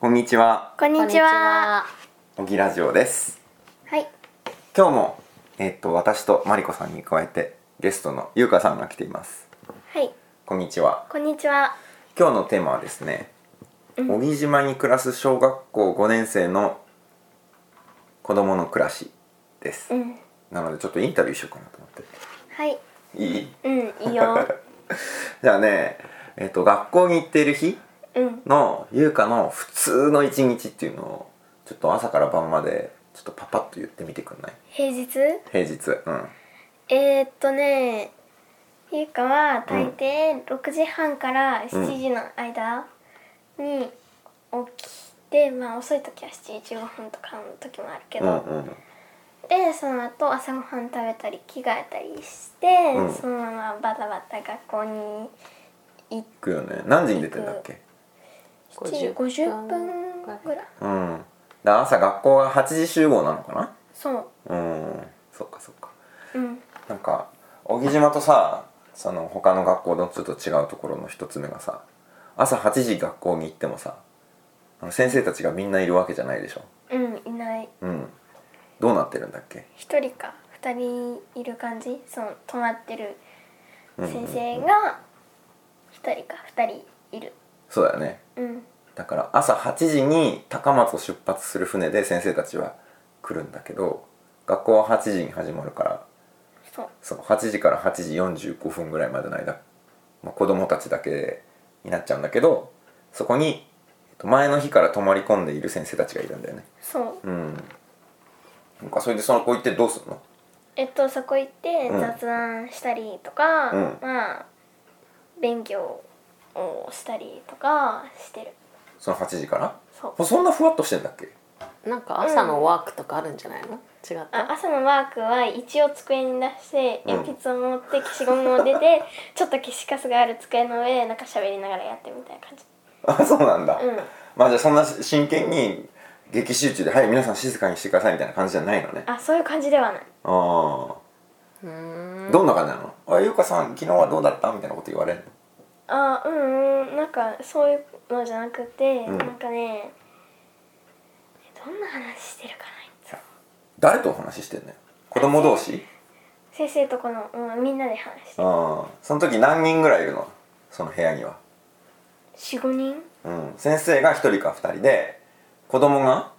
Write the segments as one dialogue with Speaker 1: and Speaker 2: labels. Speaker 1: こんにちは、
Speaker 2: こんにちは。
Speaker 1: 小木ラジオです。
Speaker 2: はい。
Speaker 1: 今日も、えっと、私とマリコさんに加えて、ゲストのゆうかさんが来ています。
Speaker 2: はい。
Speaker 1: こんにちは。
Speaker 2: こんにちは。
Speaker 1: 今日のテーマはですね。小木島に暮らす小学校5年生の。子供の暮らし。です。
Speaker 2: うん。
Speaker 1: なので、ちょっとインタビューしようかなと思っ
Speaker 2: はい。
Speaker 1: て。いい。
Speaker 2: うん。いいよ。
Speaker 1: じゃあね、えっと、学校に行っている日。
Speaker 2: うん。
Speaker 1: の優香の普通の一日っていうのをちょっと朝から晩までちょっとパパッと言ってみてくんない
Speaker 2: 平日
Speaker 1: 平日うん
Speaker 2: えー、っとね、ゆうかは大抵6時半から7時の間に起きて、まあ遅い時は7時15分とかの時もあるけ
Speaker 1: うん
Speaker 2: ど、
Speaker 1: うん
Speaker 2: で、その後朝ごはん食べたり着替えたりして、
Speaker 1: うん
Speaker 2: そのままバタバタ学校に行っ
Speaker 1: 行くよね何時に出てんだっけ
Speaker 2: て50分ぐらい。
Speaker 1: うんだから朝学校が8時集合なのか
Speaker 2: そう。
Speaker 1: なうんそっかそっか
Speaker 2: うん。
Speaker 1: なんか小木島とさその他の学校のちょっと違うところの一つ目がさ朝8時学校に行ってもさあの先生たちがみんないるわけじゃないでしょ
Speaker 2: うん、いない。
Speaker 1: うんどうなってるんだっけ
Speaker 2: 一人か二人いる感じその泊まってる先生が一人か二人いる
Speaker 1: そうだよね
Speaker 2: うん
Speaker 1: だから朝8時に高松を出発する船で先生たちは来るんだけど学校は8時に始まるから
Speaker 2: そう
Speaker 1: その8時から8時45分ぐらいまでの間、まあ、子供たちだけになっちゃうんだけどそこにえっと前の日から泊まり込んでいる先生たちがいるんだよね
Speaker 2: そう
Speaker 1: うんなんかそれでその子行ってどうすんの
Speaker 2: えっとそこ行って
Speaker 1: うん
Speaker 2: 雑談したりとか、
Speaker 1: うん
Speaker 2: まあ勉強をしたりとかしてる
Speaker 1: その8時から
Speaker 2: そう
Speaker 1: もうそんなふわっとしてんだっけ
Speaker 3: なんか朝のワークとかあるんじゃないの、違った
Speaker 2: あ朝のワークは一応机に出して
Speaker 1: うん
Speaker 2: 鉛筆を持って消しゴムを出 てちょっと消しカスがある机の上でなんか喋りながらやってみたいな感じ
Speaker 1: あそうなんだ、
Speaker 2: うん
Speaker 1: まあじゃあそんな真剣に劇集中で「はい皆さん静かにしてください」みたいな感じじゃないのね
Speaker 2: あそういう感じではない
Speaker 1: あ
Speaker 3: うー
Speaker 1: あ
Speaker 3: ん
Speaker 1: どんな感じなの「あゆうかさん昨日はどうだった?」みたいなこと言われる
Speaker 2: あうんうんなんかそういうのじゃなくて、
Speaker 1: うん
Speaker 2: なんかねどんな話してるかないつも
Speaker 1: 誰とお話ししてんのよ子供同士
Speaker 2: 先生とこの、うん、みんなで話して
Speaker 1: ああその時何人ぐらいいるのその部屋には
Speaker 2: 45人
Speaker 1: うん先生が1人か2人で子供が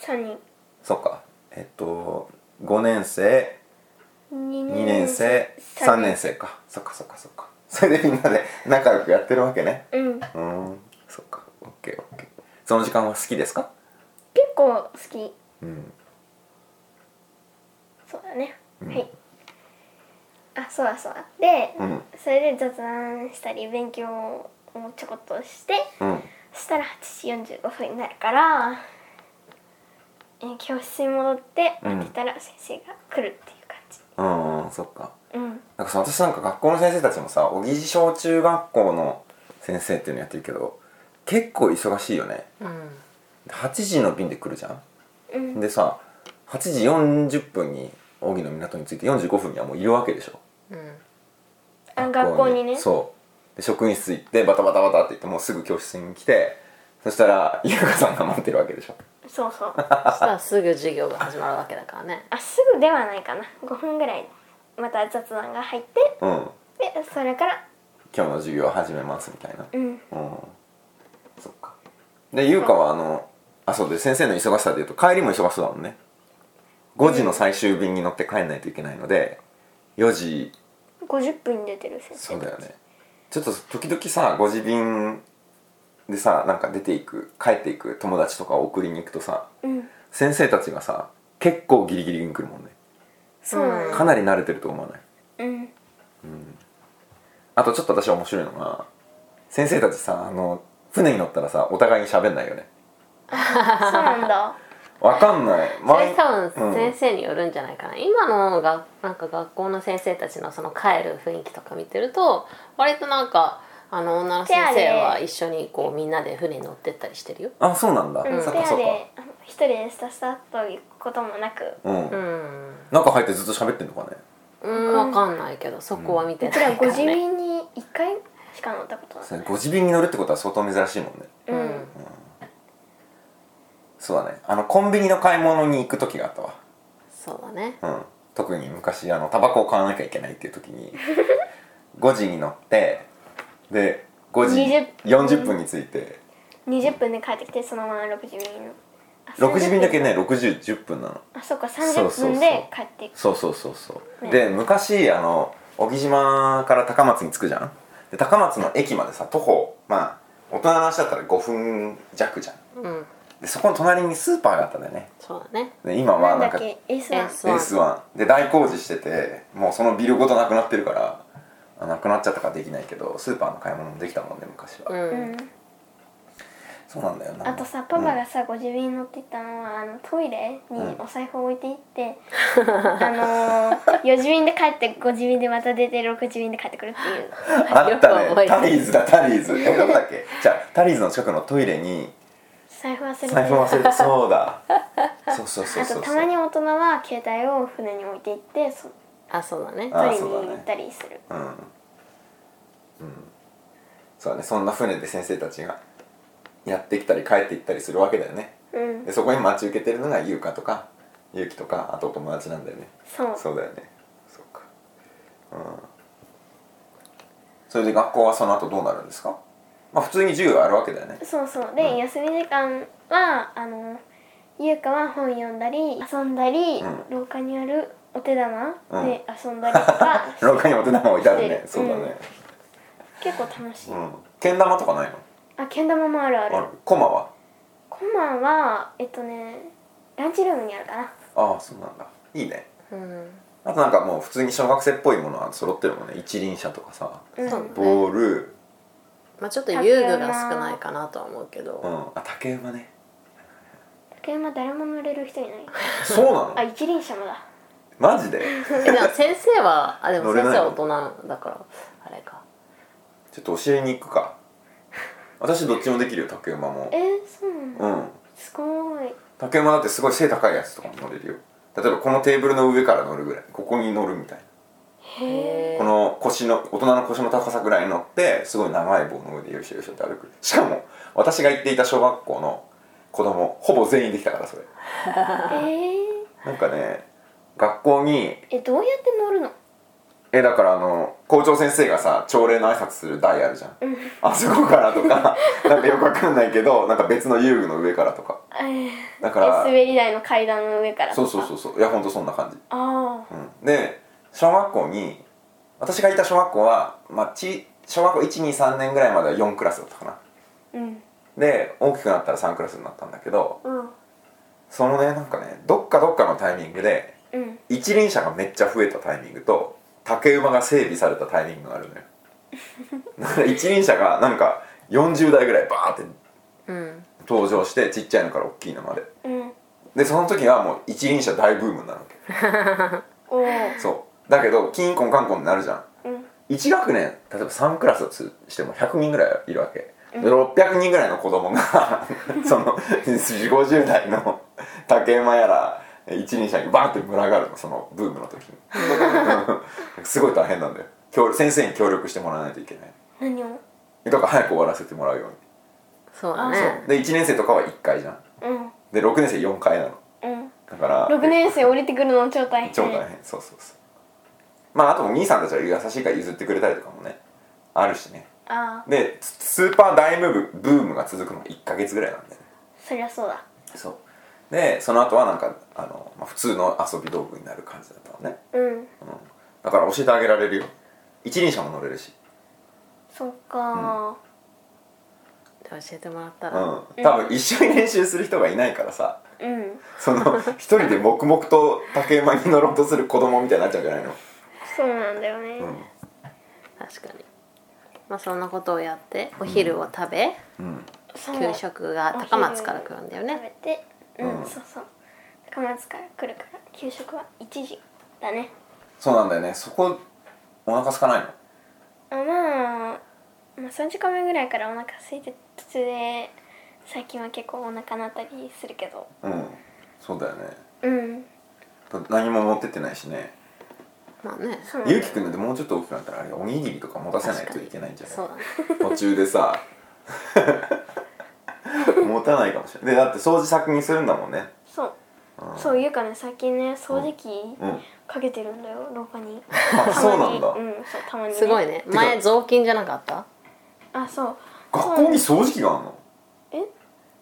Speaker 2: 3
Speaker 1: そっかえっと5年生
Speaker 2: 人2
Speaker 1: 2年生3年生かそっかそっかそっかそれでみんなで仲良くやってるわけね
Speaker 2: うん結
Speaker 1: うんそっかオッケーオッケーその時間は好きですか
Speaker 2: 構好き
Speaker 1: うん
Speaker 2: そうだね、
Speaker 1: うん
Speaker 2: はいあそうだそうだで、
Speaker 1: うん
Speaker 2: それで雑談したり勉強をちょこっとして
Speaker 1: うん
Speaker 2: そしたら8時45分になるから、えー教室に戻って
Speaker 1: うん
Speaker 2: 開けたら先生が来るっていう感じ
Speaker 1: うんうんそっか
Speaker 2: うん
Speaker 1: なんかさ私なんか学校の先生たちもさ小木小中学校の先生っていうのやってるけど結構忙しいよね
Speaker 3: うん
Speaker 1: 8時の便で来るじゃ
Speaker 2: うん
Speaker 1: んでさ8時40分に小木の港に着いて45分にはもういるわけでしょ
Speaker 3: うん
Speaker 2: あ学校にね
Speaker 1: そうで職員室行ってバタバタバタって言ってもうすぐ教室に来てそしたら優香さんが待ってるわけでしょ
Speaker 2: そうそう
Speaker 3: そしたらすぐ授業が始まるわけだからね
Speaker 2: あすぐではないかな5分ぐらいまた雑談が入って
Speaker 1: うん
Speaker 2: でそれから
Speaker 1: 今日の授業始めますみたいな
Speaker 2: うん
Speaker 1: うんそっかで優香はあのあそうで先生の忙しさでいうと帰りも忙しそうだもんね5時の最終便に乗って帰んないといけないので4時
Speaker 2: 50分に出てる先生
Speaker 1: そうだよねちょっと時々さ5時便でさなんか出ていく帰っていく友達とかを送りに行くとさ
Speaker 2: うん
Speaker 1: 先生たちがさ結構ギリギリに来るもんね
Speaker 2: そうなんだ
Speaker 1: かなり慣れてると思わない
Speaker 2: うん
Speaker 1: あとちょっと私面白いのが先生たちさあの船に乗ったらさお互いに喋んないよね
Speaker 2: そうなん だ
Speaker 1: わかんない
Speaker 3: それ多
Speaker 1: う
Speaker 3: 分
Speaker 1: ん
Speaker 3: 先生によるんじゃないかな、今のがなんか学校の先生たちのその帰る雰囲気とか見てると割となんかあの女の先生は一緒にこうみんなで船に乗ってったりしてるよ
Speaker 1: あそうなんだ、
Speaker 2: うん
Speaker 1: そっ
Speaker 2: ペ
Speaker 1: か
Speaker 2: ア
Speaker 1: そっか
Speaker 2: であの一人でスタスタっと行くこともなく
Speaker 1: うん、
Speaker 3: うん
Speaker 1: 中入ってずっと喋ってんのかね
Speaker 3: うんわかんないけどそこは見て
Speaker 2: うちら
Speaker 3: ないから、ね、
Speaker 2: 50便に1回しか乗ったことない
Speaker 1: それご自便に乗るってことは相当珍しいもんね
Speaker 2: うん、
Speaker 1: あのコンビニの買い物に行く時があったわ
Speaker 3: そうだね
Speaker 1: うん、特に昔あのタバコを買わなきゃいけないっていう時に 5時に乗ってで5時
Speaker 2: 20
Speaker 1: 40分に着いて
Speaker 2: 20分で帰ってきてそのまま6時便のあ
Speaker 1: 6時便だけ
Speaker 2: 30
Speaker 1: ね6時10分なの
Speaker 2: あそっか
Speaker 1: そう
Speaker 2: 30
Speaker 1: そうそう
Speaker 2: 分で帰ってき
Speaker 1: そうそうそうそう、
Speaker 2: ね
Speaker 1: で昔あの沖島から高松に着くじゃんで高松の駅までさ徒歩まあ大人の足だったら5分弱じゃん
Speaker 3: うん
Speaker 1: でそこの隣にスーパーがあったんだよね
Speaker 3: そうだね
Speaker 1: で今は
Speaker 2: なん
Speaker 1: な
Speaker 2: だ
Speaker 1: ん
Speaker 2: っ
Speaker 1: か
Speaker 2: け S1
Speaker 3: S1
Speaker 1: S1 で大工事しててもうそのビルごとなくなってるからあなくなっちゃったからできないけどスーパーの買い物もできたもんね昔は、
Speaker 3: うん、
Speaker 2: うん
Speaker 1: そうなんだよな
Speaker 2: あとさパパがさ、ご自分に乗ってったのはあのトイレに
Speaker 1: うん
Speaker 2: お財布置いてい って、あのー、4時便で帰って5時便でまた出て6時便で帰ってくるっていう
Speaker 1: あった
Speaker 3: よく覚
Speaker 1: ね
Speaker 3: えてる
Speaker 1: タリーズだタリーズえどこだっけじゃあタリーズの近くのトイレに
Speaker 2: 財布忘れて
Speaker 1: 財布忘れ てそうだそうそうそう
Speaker 2: あ
Speaker 1: そう
Speaker 2: とたまに大人は携帯を船に置いていってそ
Speaker 3: あそうだね
Speaker 1: あ
Speaker 2: 取りに
Speaker 1: そうだね
Speaker 2: 行ったりする
Speaker 1: うん、うん、そうだねそんな船で先生たちがやってきたり帰っていったりするわけだよね
Speaker 2: うん
Speaker 1: でそこに待ち受けてるのが優香とかゆうきとかあとお友達なんだよね
Speaker 2: そう
Speaker 1: そうだよねそうかうんそれで学校はその後どうなるんですかまあ普通に授業あるわけだよね
Speaker 2: そうそうで、休み時間はあの優香は本読んだり遊んだり、
Speaker 1: うん
Speaker 2: 廊下にあるお手玉
Speaker 1: うん
Speaker 2: で遊んだりとかし て
Speaker 1: 廊下にお手玉置いてあるね
Speaker 2: うん
Speaker 1: そうだね
Speaker 2: 結構楽しい、
Speaker 1: うんけん玉とかないの
Speaker 2: あけん玉もあるある
Speaker 1: あるコマは
Speaker 2: コマはえっとねランチルームにあるかな
Speaker 1: ああそうなんだいいね
Speaker 3: うん
Speaker 1: あとなんかもう普通に小学生っぽいものは揃ってるもんね一輪車とかさ
Speaker 2: うん
Speaker 3: そうね
Speaker 1: ボール
Speaker 3: まあちょっと遊具が少ないかなとは思うけ
Speaker 1: う
Speaker 3: ど
Speaker 1: んあ竹馬ね
Speaker 2: 竹山誰も乗れる人いない
Speaker 1: そうなの
Speaker 2: あ一輪車もだ
Speaker 1: マジで
Speaker 3: えでも先生はあでも
Speaker 1: 乗れ
Speaker 3: 先
Speaker 1: ない
Speaker 3: 生は大人だからあれか
Speaker 1: ちょっと教えに行くか私どっちもできるよ竹馬も
Speaker 2: えー、そうなの、
Speaker 1: うん
Speaker 2: すごい
Speaker 1: 竹馬だってすごい背高いやつとかも乗れるよ例えばこのテーブルの上から乗るぐらいここに乗るみたいな
Speaker 3: へえ
Speaker 1: この腰の大人の腰の高さぐらい乗ってすごい長い棒の上でよいしょよいしょって歩くしかも私が行っていた小学校の子供ほぼ全員できたからそれ
Speaker 2: えー、
Speaker 1: なんかね学校に
Speaker 2: えどうやって乗るの
Speaker 1: えだからあの校長先生がさ朝礼の挨拶する台あるじゃん、
Speaker 2: ん
Speaker 1: あそこからとかなんかよくわかんないけどなんか別の遊具の上からとか
Speaker 2: えー
Speaker 1: だから
Speaker 2: 滑り台の階段の上から
Speaker 1: そうそうそううそういやほんとそんな感じ
Speaker 2: ああ
Speaker 1: うんで小学校に私がいた小学校は、まあ、ち小学校123年ぐらいまでは4クラスだったかな
Speaker 2: うん
Speaker 1: で大きくなったら3クラスになったんだけど
Speaker 2: うん
Speaker 1: そのねなんかねどっかどっかのタイミングで
Speaker 2: うん
Speaker 1: 一輪車がめっちゃ増えたタイミングと竹馬が整備されたタイミングがあるのよだから一輪車がなんか40台ぐらいバーって
Speaker 3: うん
Speaker 1: 登場してちっちゃいのから大きいのまで
Speaker 2: うん
Speaker 1: でその時はもう一輪車大ブームになるわ
Speaker 2: おお
Speaker 1: けそうだけどキンコンカンコンになるじゃん
Speaker 2: うん
Speaker 1: 1学年例えば3クラスだとしても100人ぐらいいるわけ、で600人ぐらいの子供 がその4050代の竹馬やら一輪車にバーンって群がるのそのブームの時にすごい大変なんだよ協先生に協力してもらわないといけない
Speaker 2: 何を
Speaker 1: だから早く終わらせてもらうように、
Speaker 3: そうだ
Speaker 2: あ
Speaker 3: ね
Speaker 1: で1年生とかは1回じゃん
Speaker 2: うん
Speaker 1: で6年生4回なの
Speaker 2: うん
Speaker 1: だから
Speaker 2: 6年生降りてくるの超大変
Speaker 1: 超大変そうそうそうまああとお兄さんたちは優しいから譲ってくれたりとかもねあるしね
Speaker 2: ああ
Speaker 1: でススーパー大ムーブブームが続くのが1ヶ月ぐらいなんだよね
Speaker 2: そりゃそうだ
Speaker 1: そうでその後はなんかあの、まあ、普通の遊び道具になる感じだったのね、
Speaker 2: うん
Speaker 1: うん、だから教えてあげられるよ一輪車も乗れるし
Speaker 2: そっか
Speaker 3: で教えてもらった
Speaker 1: う
Speaker 3: ら、
Speaker 1: ん多分一緒に練習する人がいないからさ
Speaker 2: ーうん
Speaker 1: その 一人で黙々と竹馬に乗ろうとする子供みたいになっちゃうんじゃないの
Speaker 2: そうなんだよね
Speaker 3: 確かにまあそんなことをやってお昼を食べ、
Speaker 1: うんうん
Speaker 2: そう
Speaker 3: 給食が高松から来るんだよ
Speaker 2: 食
Speaker 3: ね
Speaker 2: べてうん、
Speaker 1: うん
Speaker 2: そうそう高松から来るから給食は1時だね
Speaker 1: そうなんだよねそこお腹空かないの
Speaker 2: あまあまあ3時間目ぐらいからお腹空いて途中で最近は結構お腹鳴ったりするけど
Speaker 1: うんそうだよね
Speaker 2: うん
Speaker 1: だ何も持ってってないしね
Speaker 3: まあね
Speaker 2: そうなんだ
Speaker 1: ゆ
Speaker 2: よ
Speaker 1: うきくんなんてもうちょっと大きくなったらあれおにぎりとか 持たせないといけないんじゃない
Speaker 3: そうだね
Speaker 1: 途中でさ持たないかもしれないでだって掃除先にするんだもんね
Speaker 2: そう
Speaker 1: あー
Speaker 2: そうゆうかね最近ね掃除機
Speaker 1: うん
Speaker 2: かけてるんだよ廊下に
Speaker 1: あそうなんだ
Speaker 2: うんそうたまに、
Speaker 3: すごいね
Speaker 1: か
Speaker 3: 前雑巾じゃなかった
Speaker 2: あそう
Speaker 1: 学校に掃除機があんの
Speaker 2: え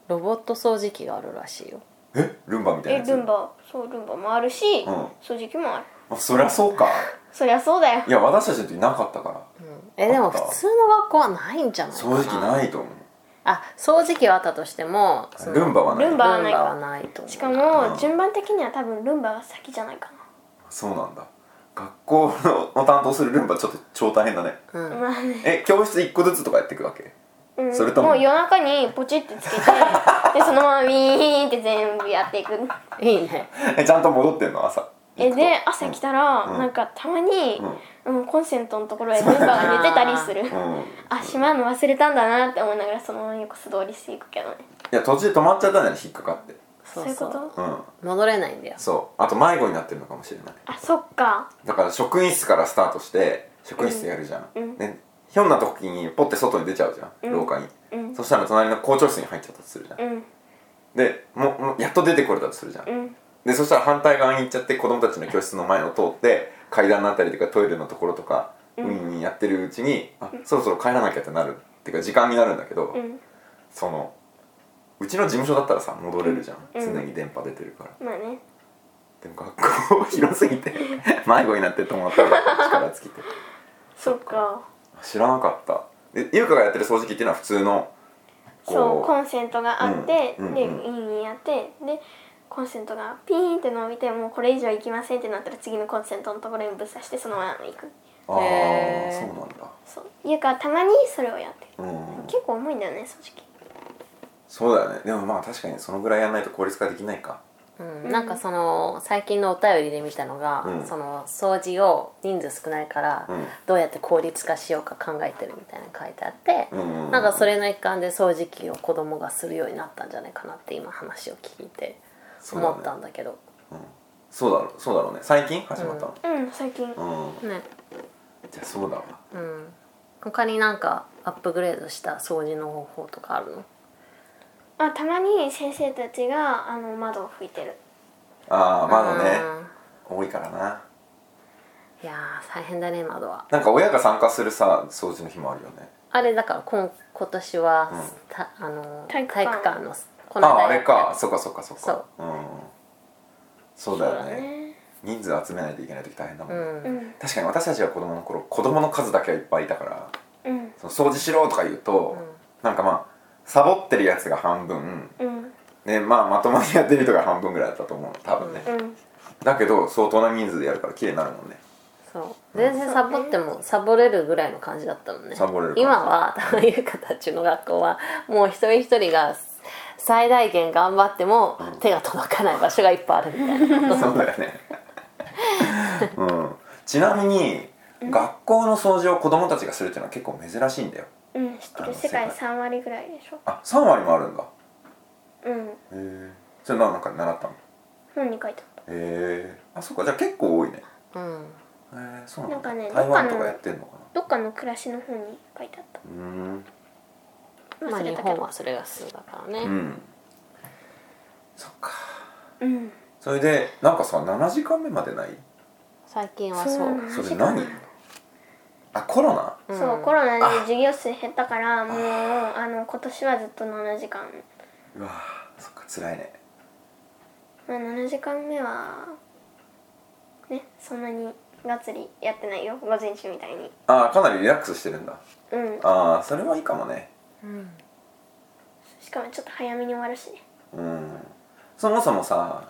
Speaker 3: ロボット掃除機があるらしいよ
Speaker 1: えルンバみたいな
Speaker 2: え
Speaker 1: やつ
Speaker 2: ルンバそうルンバもあるし、
Speaker 1: ん
Speaker 2: 掃除機もある
Speaker 1: あそりゃそうか
Speaker 2: そりゃそうだよ
Speaker 1: いや私たちの時なかったから
Speaker 3: えで
Speaker 1: あ
Speaker 3: も
Speaker 1: った
Speaker 3: 普通の学校はないんじゃないかな
Speaker 1: 掃除機ないと思う
Speaker 3: あ掃除機はあったとしてもその
Speaker 1: ルンバはない
Speaker 2: ルン
Speaker 3: ルンバ
Speaker 2: バ
Speaker 3: は
Speaker 2: は
Speaker 3: な
Speaker 2: ないい
Speaker 3: と思う
Speaker 2: しか
Speaker 1: うん
Speaker 2: も順番的には多分ルンバが先じゃないか
Speaker 1: そうなんだ学校の担当するルンバちょっと超大変だね
Speaker 3: うん
Speaker 2: な、まあね
Speaker 1: え教室一個ずつとかやっていくわけ
Speaker 2: うん、
Speaker 1: それとも
Speaker 2: う夜中にポチってつ けてでそのままウィーンって全部やっていく
Speaker 3: いいね
Speaker 1: えちゃんと戻ってんの朝
Speaker 2: え
Speaker 1: 行くと
Speaker 2: で朝来たら、
Speaker 1: うん
Speaker 2: なんかたまに、うん、コンセントのところでルンバが寝てたりする
Speaker 1: うん、うん、い
Speaker 2: あしまうの忘れたんだなって思いながらそのまま横素通りしていくけどね
Speaker 1: や途中で止まっちゃったんだよね引っかかって
Speaker 3: そう
Speaker 2: そうい
Speaker 3: そう
Speaker 2: こ
Speaker 3: う
Speaker 2: と
Speaker 1: うん
Speaker 3: 戻れないんだよ
Speaker 1: そうあと迷子になってるのかもしれない
Speaker 2: あそっか
Speaker 1: だから職員室からスタートして職員室でやるじゃん、
Speaker 2: うん
Speaker 1: でひょんな時にポッて外に出ちゃうじゃん、
Speaker 2: うん
Speaker 1: 廊下に、
Speaker 2: うん
Speaker 1: そしたら隣の校長室に入っちゃったとするじゃん、
Speaker 2: うん
Speaker 1: でもうもうやっと出てこれたとするじゃん、
Speaker 2: うん
Speaker 1: でそしたら反対側に行っちゃって子供たちの教室の前を通って階段のあたりとかトイレのところとか、
Speaker 2: うん
Speaker 1: うん、やってるうちにあそろそろ帰らなきゃってなるっていうか時間になるんだけど、
Speaker 2: うん
Speaker 1: そのうちの事務所だったらさ戻れるじゃん、
Speaker 2: うん
Speaker 1: 常に電波出てるから
Speaker 2: まあね
Speaker 1: でも学校広すぎて 迷子になって止まったから力尽きて
Speaker 2: そっか
Speaker 1: 知らなかったで優香がやってる掃除機っていうのは普通のこう
Speaker 2: そうコンセントがあって、
Speaker 1: うん
Speaker 2: で
Speaker 1: う
Speaker 2: ウ
Speaker 1: んうん
Speaker 2: ィンウィンやってでコンセントがピーンって伸びてもうこれ以上いきませんってなったら次のコンセントのところにぶっ刺してそのまま行く
Speaker 1: ああ
Speaker 3: へー
Speaker 1: そうなんだ
Speaker 2: そうゆうかはたまにそれをやってる
Speaker 1: うん
Speaker 2: 結構重いんだよね掃除機
Speaker 1: そうだよねでもまあ確かにそのぐらいやんないと効率化できないか
Speaker 3: うん、なんかその最近のお便りで見たのが、
Speaker 1: うん
Speaker 3: その掃除を人数少ないから、
Speaker 1: うん
Speaker 3: どうやって効率化しようか考えてるみたいなの書いてあって、
Speaker 1: うん
Speaker 3: なんかそれの一環で掃除機を子供がするようになったんじゃないかなって今話を聞いて
Speaker 1: そうだね
Speaker 3: 思ったんだけど
Speaker 1: そうだろうそうだろうね最近始まったの
Speaker 2: うん最近
Speaker 1: うん、
Speaker 3: ね
Speaker 1: じゃあそうだわ
Speaker 3: うん他になんかアップグレードした掃除の方法とかあるの
Speaker 2: あたまに先生たちがあの窓を拭いてる
Speaker 1: ああ窓ね
Speaker 3: うん
Speaker 1: 多いからない
Speaker 3: やー大変だね窓は
Speaker 1: なんか親が参加するさ掃除の日もあるよね
Speaker 3: あれだから今今年は、たあのー
Speaker 2: 体育
Speaker 3: 体
Speaker 2: 館
Speaker 3: 育館のこの間
Speaker 1: ああ
Speaker 3: や
Speaker 1: れ
Speaker 3: った
Speaker 1: かそっかそっかそっか,、
Speaker 3: そう
Speaker 1: ん、そうだよね
Speaker 2: ね
Speaker 1: 人数集めないといけない時大変だもん、ね
Speaker 3: うん
Speaker 2: うん
Speaker 1: 確かに私たちが子供の頃子供の数だけはいっぱいいたから
Speaker 2: うん
Speaker 1: その掃除しろとか言うと、なんかまあサボってるやつが半分、
Speaker 2: うん
Speaker 1: ねまあ、まともにやってる人が半分ぐらいだったと思うの多分ね、
Speaker 2: うん
Speaker 1: だけど相当な人数でやるから綺麗になるもんね
Speaker 3: そう全然サボってもサボれるぐらいの感じだったのね
Speaker 1: サボれる感じ
Speaker 3: 今は多分優香たちの学校はもう一人一人が最大限頑張っても手が届かない場所がいっぱいあるみたいな
Speaker 1: そうだよねうんちなみに、学校の掃除を子供たちがするっていうのは結構珍しいんだよ
Speaker 2: うん知って
Speaker 1: あの
Speaker 2: る世界3割ぐらいでしょ
Speaker 1: あ3割もあるんだ
Speaker 2: う
Speaker 1: へ
Speaker 2: ん
Speaker 1: えそれなんか習ったのへ
Speaker 2: 本に書いてあっ
Speaker 1: えあそっかじゃあ結構多いね
Speaker 3: うん
Speaker 1: へえそうなんだ
Speaker 2: なんかね
Speaker 1: 台湾
Speaker 2: ど
Speaker 1: と
Speaker 2: っかの
Speaker 1: かやってんのかな
Speaker 2: たどっかの暮らしの本に書いてあった
Speaker 1: うーん
Speaker 3: まあ
Speaker 2: 忘れ
Speaker 3: 日
Speaker 2: たけ
Speaker 3: 本
Speaker 2: ど
Speaker 3: はそれが数だからね、
Speaker 1: うんそっか
Speaker 2: うん
Speaker 1: それでなんかさ7時間目までない
Speaker 3: 最近はそう
Speaker 2: そ
Speaker 1: それ
Speaker 2: う時間
Speaker 1: 何あコロナ
Speaker 3: うん
Speaker 2: そうコロナで授業数減ったからもうあの今年はずっと7時間、
Speaker 1: うわそっか辛いね
Speaker 2: まあ、7時間目はねそんなにがっつりやってないよ午前中みたいに
Speaker 1: あーかなりリラックスしてるんだ
Speaker 2: うん
Speaker 1: ああそれはいいかもね
Speaker 3: うん
Speaker 2: しかもちょっと早めに終わるしね
Speaker 1: うんそもそもさ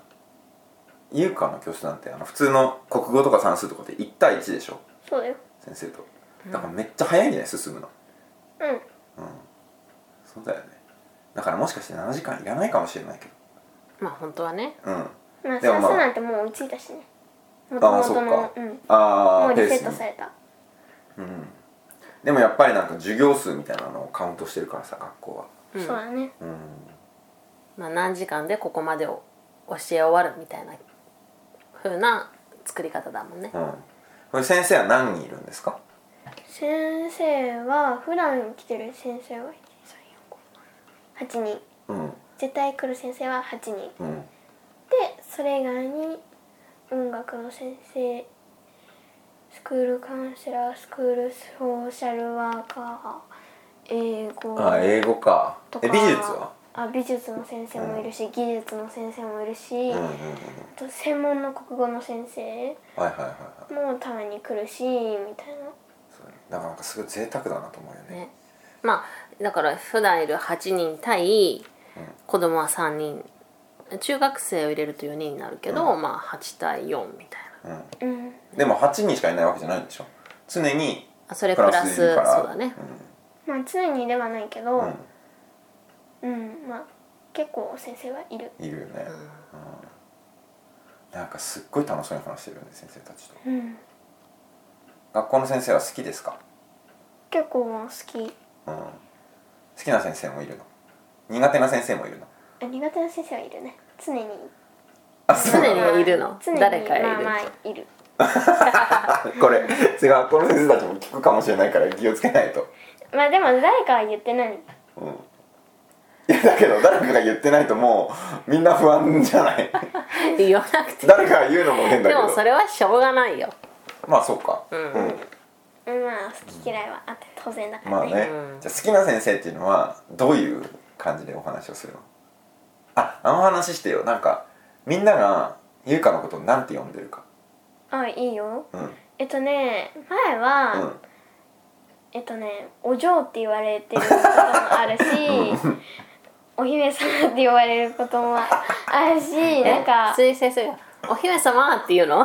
Speaker 1: 優香の教室なんてあの普通の国語とか算数とかって1対1でしょ
Speaker 2: そうだよ
Speaker 1: 先生とだからめっちゃ早いんじゃない進むの
Speaker 2: うん
Speaker 1: そうだよねだからもしかして7時間いらないかもしれないけ
Speaker 3: まあ本当はね
Speaker 1: どうん
Speaker 2: まあ
Speaker 1: でも
Speaker 2: 算
Speaker 1: まあ
Speaker 2: 数なんてもう追いついたしねもと
Speaker 1: ああ
Speaker 2: も
Speaker 1: そ
Speaker 2: と
Speaker 1: っか
Speaker 2: のうん
Speaker 1: ああ
Speaker 2: もう
Speaker 1: ペ
Speaker 2: リ
Speaker 1: ー
Speaker 2: セ
Speaker 1: ス
Speaker 2: ットさ
Speaker 1: に
Speaker 2: れた
Speaker 1: でもやっぱりなんか授業数みたいなのをカウントしてるからさ学校は
Speaker 2: そうだね
Speaker 1: うん
Speaker 3: まあ、何時間でここまでを教え終わるみたいな風な作り方だもんね、
Speaker 1: うんこれ先生は何人いるんですか
Speaker 2: 先生は普段来てる先生は1 2 3 4 5 8人
Speaker 1: うん
Speaker 2: 絶対来る先生は8人で
Speaker 1: うん
Speaker 2: それ以外に音楽の先生スクールカウンセラースクールソーシャルワーカー英語
Speaker 1: あ英語か
Speaker 2: とか
Speaker 1: え美術は
Speaker 2: あ美術の先生もいるし、技術の先生もいるし、
Speaker 1: うんうんうん
Speaker 2: あと専門の国語の先生
Speaker 1: はいはいはいはい
Speaker 2: もたまに来るしみたいな
Speaker 1: そうねなかなかすごい贅沢だなと思うよね
Speaker 3: ねまあだから普段いる8人対子供は3人中学生を入れると4人になるけど、まあ8対4みたいな
Speaker 2: うん
Speaker 1: でも8人しかいないわけじゃないんでしょ常に
Speaker 3: あそれプラス
Speaker 1: プいるから
Speaker 3: そうだね
Speaker 2: まあ常にではないけど
Speaker 1: うん、
Speaker 2: うん、まあ結構先生はいる
Speaker 1: いるよね、うん、なんかすっごい楽しそうに話してるよね先生たちと
Speaker 2: うん
Speaker 1: 学校の先生は好きですか、
Speaker 2: 結構好き
Speaker 1: うん、好きな先生もいるの苦手な先生もいるの
Speaker 2: あ苦手な先生はいるね常に
Speaker 1: あそうなの
Speaker 3: 常にいるの
Speaker 2: 常に
Speaker 3: 誰かいる
Speaker 2: まあまあいる
Speaker 1: これそれ学校の先生たちも聞くかもしれないから気をつけないと
Speaker 2: まあでも誰かは言ってない
Speaker 1: うんいやだけど誰かが言ってないともうみんな不安じゃない
Speaker 3: 言わなくて
Speaker 1: 誰かが言うのも変だけ
Speaker 3: で
Speaker 1: ど
Speaker 3: もそれはしょうがないよ
Speaker 1: まあそうか
Speaker 3: うん
Speaker 2: うんまあ好き嫌いはあって当然だか
Speaker 1: ま
Speaker 2: ら
Speaker 1: あ
Speaker 2: ね,、
Speaker 1: ね、じゃあ好きな先生っていうのはどういう感じでお話をするのああの話してよなんかみんなが優香のことをなんて呼んでるか
Speaker 2: あいいよ
Speaker 1: うんうん
Speaker 2: えっとね前は、えっとねお嬢って言われてる こともあるし、お姫様って言われることもあ るしなんか
Speaker 3: 普通に先生が「お姫様」って言うの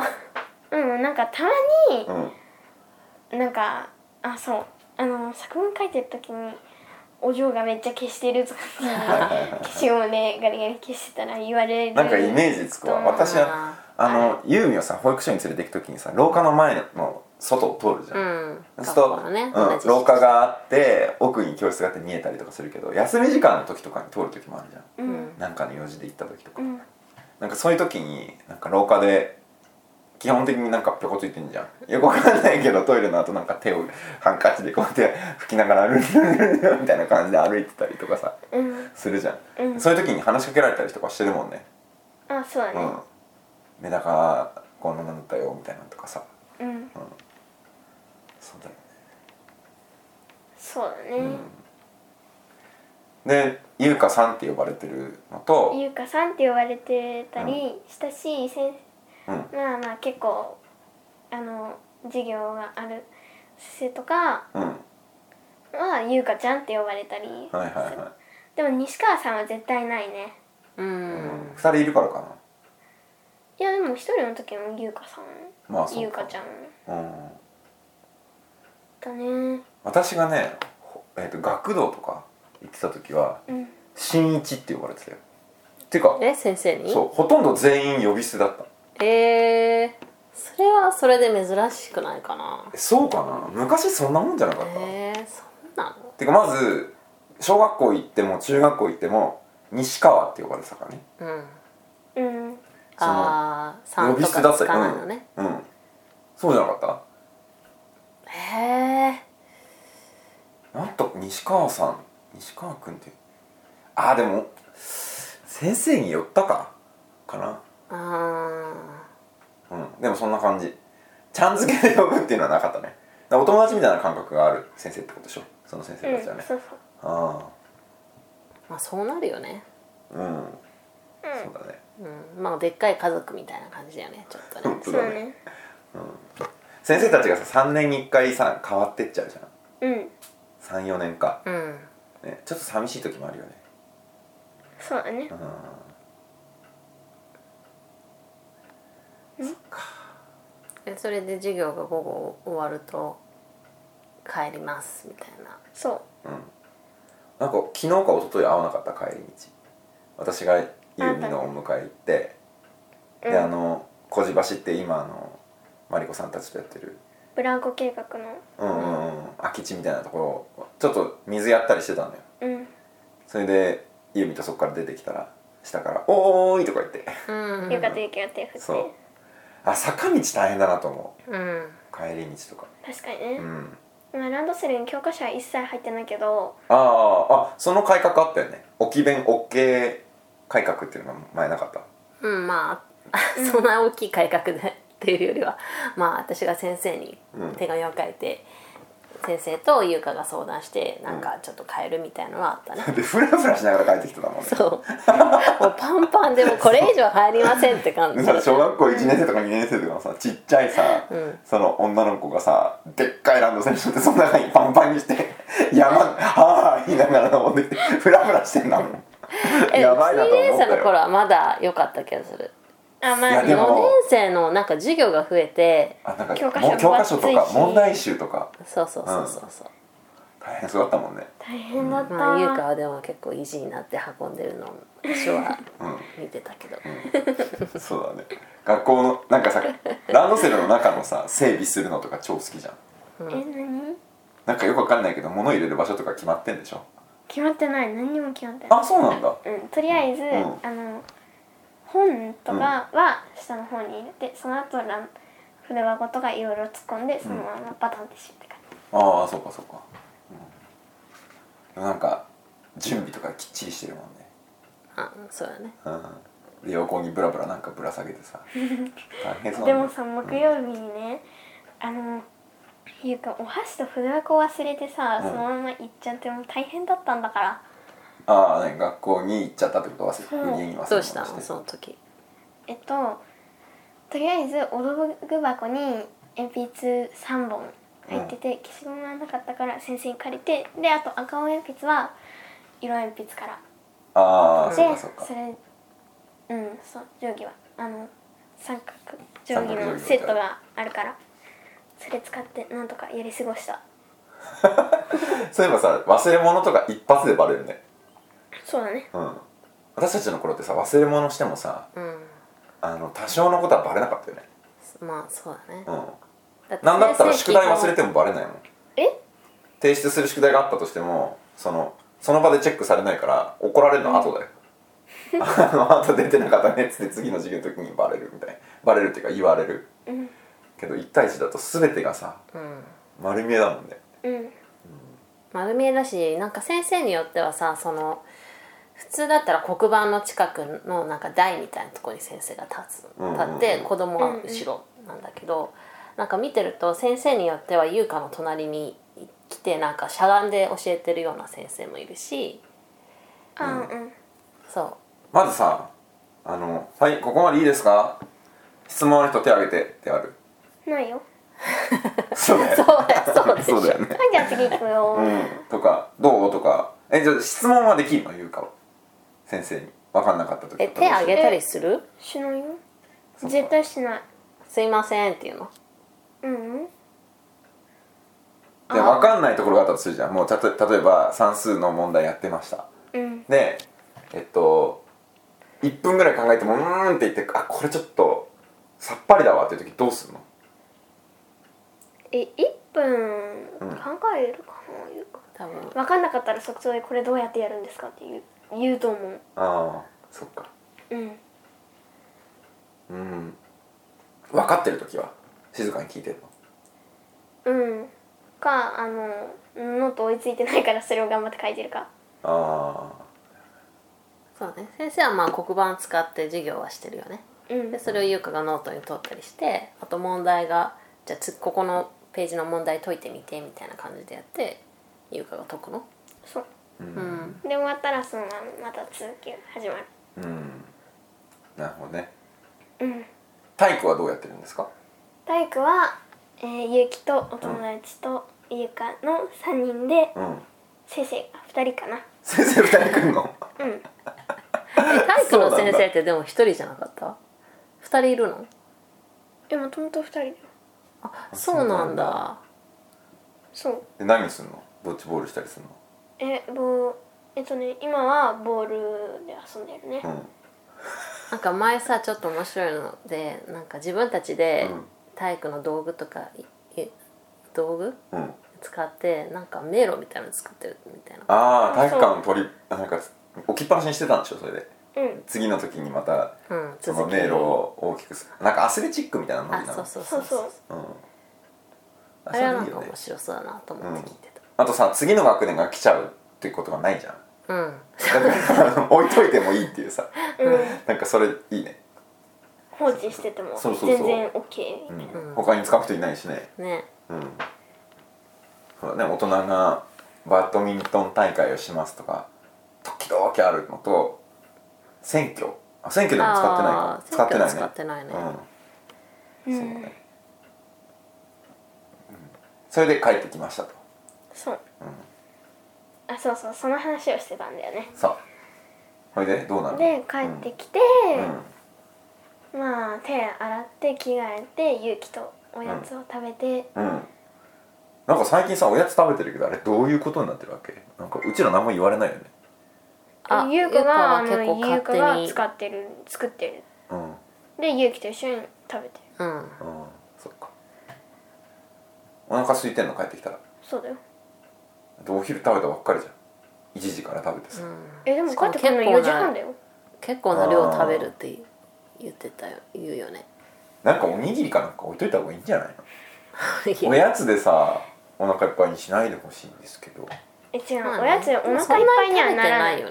Speaker 2: うんなんかたまに
Speaker 1: うん
Speaker 2: なんかあそうあの作文書いてる時にお嬢がめっちゃ消してるとかって消しゴムでガリガリ消してたら言われる
Speaker 1: なんかイメージつくわ
Speaker 2: と思う
Speaker 1: 私はあのユーミンをさ保育所に連れて行く時にさ廊下の前の外を通るじゃ、
Speaker 3: うんん
Speaker 1: そうす
Speaker 3: 学
Speaker 1: ると
Speaker 3: 校のね
Speaker 1: う
Speaker 3: 同
Speaker 1: ん、
Speaker 3: じ
Speaker 1: 廊下があって奥に教室があって見えたりとかするけど休み時間の時とかに通る時もあるじゃん、
Speaker 2: うん
Speaker 1: なんかの用事で行った時とか、
Speaker 2: うん
Speaker 1: なんかそういう時になんか廊下で基本的になんかぴょこついてんじゃんよくわかんないけどトイレの後なんか手をハンカチでこうやって拭きながらルンルンルンルンみたいな感じで歩いてたりとかさ
Speaker 2: うん
Speaker 1: するじゃん、
Speaker 2: うん
Speaker 1: そういう時に話しかけられたりとかしてるもんね
Speaker 2: あそうだ
Speaker 1: う
Speaker 2: ね
Speaker 1: んメダカこんななんだよみたいなのとかさ
Speaker 2: うん
Speaker 1: そうだよね
Speaker 2: そうだね
Speaker 1: で優香さんって呼ばれてるのと
Speaker 2: ゆうかさんって呼ばれてたりしたし先
Speaker 1: うん
Speaker 2: まあまあ結構あの授業がある先生とか
Speaker 1: うんはい
Speaker 2: はゆうかちゃんって呼ばれたり
Speaker 1: はいは
Speaker 2: でも西川さんは絶対ないね
Speaker 3: う
Speaker 1: い、うん
Speaker 3: ん
Speaker 1: 2人いるからかない
Speaker 2: やでも一人の時もゆうかさん、
Speaker 1: まあそうか
Speaker 2: ゆうかちゃん
Speaker 1: うん
Speaker 2: だね
Speaker 1: 私がね、ほえー、と学童とか行ってた時は
Speaker 2: うん
Speaker 1: 「新一」って呼ばれてたよっていうか
Speaker 3: え先生に
Speaker 1: そうほとんど全員呼び捨てだった
Speaker 3: えー、それはそれで珍しくないかな
Speaker 1: えそうかな昔そんなもんじゃなかった、
Speaker 3: えー、そんなの
Speaker 1: てかまず小学校行っても中学校行っても西川って呼ばれてたからね
Speaker 3: うん
Speaker 2: うん
Speaker 1: その
Speaker 3: あ
Speaker 1: 呼
Speaker 3: あ3
Speaker 1: び
Speaker 3: と
Speaker 1: 捨てだっ
Speaker 3: か
Speaker 1: た
Speaker 3: つ
Speaker 1: よ
Speaker 3: かないのね、
Speaker 1: うん、うん、そうじゃなか
Speaker 3: へえ
Speaker 1: ったなんと西川さん西川君ってああでも先生に寄ったかかな
Speaker 3: あ
Speaker 1: うん、でもそんな感じちゃん付けで呼ぶっていうのはなかったねだからお友達みたいな感覚がある先生ってことでしょその先
Speaker 2: う
Speaker 1: 生
Speaker 2: ん
Speaker 1: たちはね、
Speaker 2: そうそう
Speaker 1: あ
Speaker 3: ーまあそうなるよね
Speaker 1: あうん、そう
Speaker 2: う
Speaker 1: だね
Speaker 3: うんまあでっかい家族みたいな感じだよねちょっとね
Speaker 1: 本当
Speaker 2: んそう
Speaker 1: だ
Speaker 2: だ
Speaker 1: ね
Speaker 2: ね
Speaker 1: 先生たちがさ3年に1回さ変わってっちゃうじゃ
Speaker 2: うん
Speaker 1: ん34年か、
Speaker 3: うん
Speaker 1: ね、ちょっと寂しい時もあるよね
Speaker 2: そうだね
Speaker 3: えそれで授業が午後終わると帰りますみたいな
Speaker 2: そう
Speaker 1: なんか昨日か一昨日会わなかった帰り道私がユーミンのお迎え行って、
Speaker 2: うん
Speaker 1: であの小路橋って今あのマリコさんたちとやってる
Speaker 2: ブランコ計画の
Speaker 1: うんうんうん、空き地みたいなところをちょっと水やったりしてたのよ
Speaker 2: うん
Speaker 1: それでユミとそこから出てきたら下から「おーい!」とか言って
Speaker 3: うん
Speaker 2: ゆうかとゆうきが手振っ
Speaker 1: そう
Speaker 2: て
Speaker 1: あ坂道大変だなと思う
Speaker 3: うん
Speaker 1: 帰り道とか
Speaker 2: 確かにね
Speaker 1: うん
Speaker 2: まあランドセルに教科書は一切入ってないけど
Speaker 1: あーあその改革あったよね置き弁 OK 改革っていうのは前なかった
Speaker 3: うんまあそんな大きい改革でっていうよりはまあ私が先生に
Speaker 1: うん
Speaker 3: 手紙を書いて、先生と優香が相談してなんかちょっと変えるみたいなのはあったね、
Speaker 1: でフラフラしながら帰ってきてたもんね
Speaker 3: そうもうパンパンでもうこれ以上入りませんって 感
Speaker 1: で
Speaker 3: じ
Speaker 1: さ小学校1年生とか2年生とかのさちっちゃいさ、
Speaker 3: ん
Speaker 1: その女の子がさでっかいランドセルしょってその中にパンパンにして山はあ言いながら登ってきてフラフラしてんだもん
Speaker 3: え
Speaker 1: やばいなと
Speaker 3: 1
Speaker 1: 思
Speaker 3: 年
Speaker 1: った
Speaker 3: 生の頃
Speaker 1: よ
Speaker 3: はまだ良かった気がする
Speaker 2: あまあ
Speaker 1: いや
Speaker 3: 4
Speaker 1: で
Speaker 3: 年
Speaker 1: も
Speaker 3: 生のなんか授業が増えて
Speaker 1: あなんか
Speaker 2: 教科書
Speaker 1: もう教科書と
Speaker 2: 分
Speaker 1: か
Speaker 2: 厚いし
Speaker 1: 問題集とか
Speaker 3: そうそうそうそうそう、
Speaker 1: 大変そうだったもんね
Speaker 2: 大変だった、
Speaker 3: まあ優香はでも結構意地になって運んでるのを私は見てたけど、
Speaker 1: そうだね学校のなんかさランドセルの中のさ整備するのとか超好きじゃん
Speaker 2: え何
Speaker 1: なんかよくわかんないけど物入れる場所とか決まってんでしょ
Speaker 2: 決まってない何にも決まってない
Speaker 1: あそうなんだ
Speaker 2: うん、とりあえず、
Speaker 1: ん
Speaker 2: あの本とかは下の方に入れて、その後ラン筆箱とかいろいろ突っ込んでそのままバタンって閉めてから、
Speaker 1: ああそうかそうか、うん、なんか準備とかきっちりしてるもんね
Speaker 3: あそうだね
Speaker 1: うんで横にブラブラなんかぶら下げてさ大変そう
Speaker 2: で
Speaker 1: だね
Speaker 2: もさ木曜日にね、あのいうかお箸と筆箱忘れてさ、
Speaker 1: うん
Speaker 2: そのまま行っちゃってもう大変だったんだから
Speaker 1: ああ、ね、学校に行っちゃったってことは忘
Speaker 2: う
Speaker 1: れ家に忘れ物して
Speaker 3: どうしたのその時
Speaker 2: えっととりあえずお道具箱に鉛筆3本入ってて、消しゴムはなかったから先生に借りてであと赤青鉛筆は色鉛筆から
Speaker 1: ああ
Speaker 2: で
Speaker 1: そうかそうか
Speaker 2: れうんそう定規はあの三角定
Speaker 1: 三角
Speaker 2: 規
Speaker 1: 定規
Speaker 2: の
Speaker 1: みた
Speaker 2: セ
Speaker 1: いな
Speaker 2: ットがあるからそれ使ってなんとかやり過ごした
Speaker 1: そういえばさ忘れ物とか一発でバレるね
Speaker 2: そうだね
Speaker 1: うん私たちの頃ってさ忘れ物してもさ
Speaker 3: うん
Speaker 1: あの多少のことはバレなかったよね
Speaker 3: まあそうだね、
Speaker 1: うん
Speaker 3: だって
Speaker 1: なんだったら宿題忘れて
Speaker 3: も
Speaker 1: もバレないもん
Speaker 2: え
Speaker 1: 提出する宿題があったとしてもそのその場でチェックされないから怒られるのは後だよ、 あの後出てなかったねっつって次の授業の時にバレるみたいなバレるっていうか言われる
Speaker 2: うん
Speaker 1: けど1対1だと全てがさ
Speaker 3: うん
Speaker 1: 丸見えだもんね
Speaker 2: うん
Speaker 3: 丸見えだしなんか先生によってはさその普通だったら黒板の近くのなんか台みたいなところに先生が立つ
Speaker 1: うんうん
Speaker 3: 立って子供は後ろなんだけど、なんか見てると先生によっては優香の隣に来てなんかしゃがんで教えてるような先生もいるし
Speaker 2: あうん、
Speaker 3: そ
Speaker 1: まずさ「あのはいここまでいいですか?」質問ある人手挙げてってある
Speaker 2: ないよ
Speaker 1: そうだ
Speaker 3: うそ
Speaker 1: よ
Speaker 3: うだよ そうでしょ
Speaker 1: そうだよね
Speaker 2: はいじゃあ次行くよ、
Speaker 1: うんとか「どう?」とかえじゃあ質問はできるの言うかは先生に分かんなかった時とか
Speaker 3: え手挙げたりする
Speaker 2: しないよ
Speaker 1: そうか
Speaker 2: 絶対しない
Speaker 3: すいませんっていうの
Speaker 2: うん
Speaker 1: で分かんないところがあったとするじゃんもうたと例えば算数の問題やってました
Speaker 2: うん
Speaker 1: でえっと1分ぐらい考えてもうーんって言ってあこれちょっとさっぱりだわっていう時どうすんの
Speaker 2: え一分
Speaker 1: うん
Speaker 2: 考えるかな、いうか
Speaker 3: 多分
Speaker 2: 分かんなかったら即答でこれどうやってやるんですかって言う言うと思う
Speaker 1: ああそっか
Speaker 2: うん
Speaker 1: うん分かってる時は静かに聞いてるの
Speaker 2: うんかあのノート追いついてないからそれを頑張って書いてるか
Speaker 1: あ
Speaker 3: そうね先生はまあ黒板使って授業はしてるよね
Speaker 2: うん
Speaker 3: でそれを優香がノートに取ったりしてあと問題がじゃあつここのページの問題解いてみてみたいな感じでやって優香が解くの
Speaker 2: そう
Speaker 1: あう、
Speaker 3: うんん
Speaker 2: で終わったらそのまままた続きが始まる
Speaker 1: うん、なるほどね
Speaker 2: うん
Speaker 1: 体育はどうやってるんですか
Speaker 2: 体育は、えー、ゆうきとお友達とゆうかの3人で
Speaker 1: うん
Speaker 2: 先生が2人かな
Speaker 1: 先生2人来ん の
Speaker 2: うん
Speaker 3: え体育
Speaker 1: そうなん
Speaker 3: の
Speaker 1: だ
Speaker 3: 先生ってでも一人じゃなかった二人いるの
Speaker 2: でもともと2人だよ
Speaker 3: あそうなんだ
Speaker 2: そう
Speaker 1: で何すんのドッジボールしたりする
Speaker 2: えぼうえっとね今はボールで遊んでるね、
Speaker 1: の
Speaker 3: なんか前さちょっと面白いのでなんか自分たちで
Speaker 1: うん
Speaker 3: 体育の道具とかいい道具
Speaker 1: うんうん
Speaker 3: 使ってなんか迷路みたいなの作ってるみたいな
Speaker 1: ああ体育館取りなんか置きっぱなしにしてたんでしょそれで
Speaker 2: うん
Speaker 1: 次の時にまた
Speaker 3: うん
Speaker 1: そ
Speaker 3: 続
Speaker 1: の
Speaker 3: き
Speaker 1: 迷路を大きくするなんかアスレチックみたいなの
Speaker 3: あ
Speaker 1: にな
Speaker 3: そう
Speaker 1: の
Speaker 3: そう
Speaker 2: そ
Speaker 3: そうう
Speaker 2: そ
Speaker 3: そうう
Speaker 1: うんあ
Speaker 3: あれはなん
Speaker 1: そいい
Speaker 3: か
Speaker 1: よね
Speaker 3: 面白そうだなと思って聞いてた
Speaker 1: あとさ次の学年が来ちゃうってことがないじゃん
Speaker 3: うん
Speaker 1: だからあの置いといてもいいっていうさ
Speaker 2: うん
Speaker 1: なんかそれいいね、
Speaker 2: 放置してても
Speaker 1: そうそうそう
Speaker 2: 全然 OK
Speaker 1: う
Speaker 2: みたい
Speaker 1: ん、他に使う人いないしね
Speaker 3: ね
Speaker 1: うんそうだね大人がバドミントン大会をしますとか時々あるのと選挙あ選挙でも使ってない
Speaker 3: あ
Speaker 1: か
Speaker 3: ー
Speaker 1: 使ってないね
Speaker 3: 選挙は使ってないね
Speaker 1: うん、そ
Speaker 2: な、
Speaker 1: う
Speaker 2: うん、
Speaker 1: ね、うん、それで帰ってきましたと
Speaker 2: そう、あそうそうその話をしてたんだよね
Speaker 1: さあそれでどうなるの
Speaker 2: で帰ってきて、
Speaker 1: うんうん
Speaker 2: まあ手洗って着替えて勇気とおやつを食べて、
Speaker 1: うんなんか最近さおやつ食べてるけどあれどういうことになってるわけなんかうちら何も言われないよね
Speaker 3: あ
Speaker 2: ゆうかがあ
Speaker 3: ゆうか
Speaker 2: のゆ
Speaker 3: は
Speaker 2: う
Speaker 3: 結
Speaker 2: か
Speaker 3: 構
Speaker 2: が
Speaker 3: 勝手に
Speaker 2: 使ってる作ってる
Speaker 1: うん
Speaker 2: でゆうきと一緒に食べてる
Speaker 3: うん
Speaker 1: うんそっかお腹空いてんの帰ってきたら
Speaker 2: そうだよ
Speaker 1: でお昼食べたばっかりじゃん1時から食べてさ、
Speaker 2: えでも
Speaker 3: し
Speaker 2: 帰
Speaker 3: か
Speaker 2: っ
Speaker 3: も
Speaker 2: てくる
Speaker 3: 結
Speaker 2: の
Speaker 3: 構な
Speaker 2: 4時半だよ
Speaker 3: 結構な量食べるって言ってたよ言うよね
Speaker 1: なんかおにぎりかなんか置いといた方がいいんじゃない
Speaker 3: い
Speaker 1: のお
Speaker 3: や
Speaker 1: やつでさお腹いっぱいにしないでほしいんですけど
Speaker 2: え違う、
Speaker 3: まあね
Speaker 2: おやつお腹いっぱいにはならない
Speaker 3: でも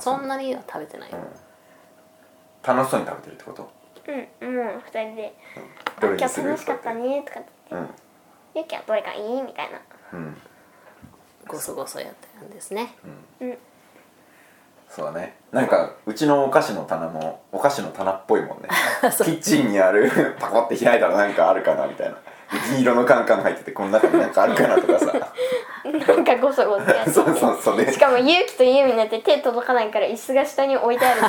Speaker 3: そんなに食べてないよね
Speaker 1: うんあそう
Speaker 3: そんなには食べてな
Speaker 1: 楽
Speaker 3: い
Speaker 1: しそうに食べてるってこと
Speaker 2: うんもう二人で「あ
Speaker 1: どれ
Speaker 2: 今日
Speaker 1: にする
Speaker 2: 楽しかったね」とかって
Speaker 1: うん
Speaker 2: 「ゆうきはどれがいい?」みたいな
Speaker 1: うん
Speaker 3: ごそごそやってるんですね
Speaker 2: うん
Speaker 1: そうだねなんかうちのお菓子の棚もお菓子の棚っぽいも んねキッチンにある パコって開いたらなんかあるかなみたいな銀色のカンカン入っててこの中になんかあるかなとか さ
Speaker 2: なんかごそごそやってて
Speaker 1: そうそうそうで
Speaker 2: しかもゆうきとゆうみなんて手届かないから椅子が下に置いてあるか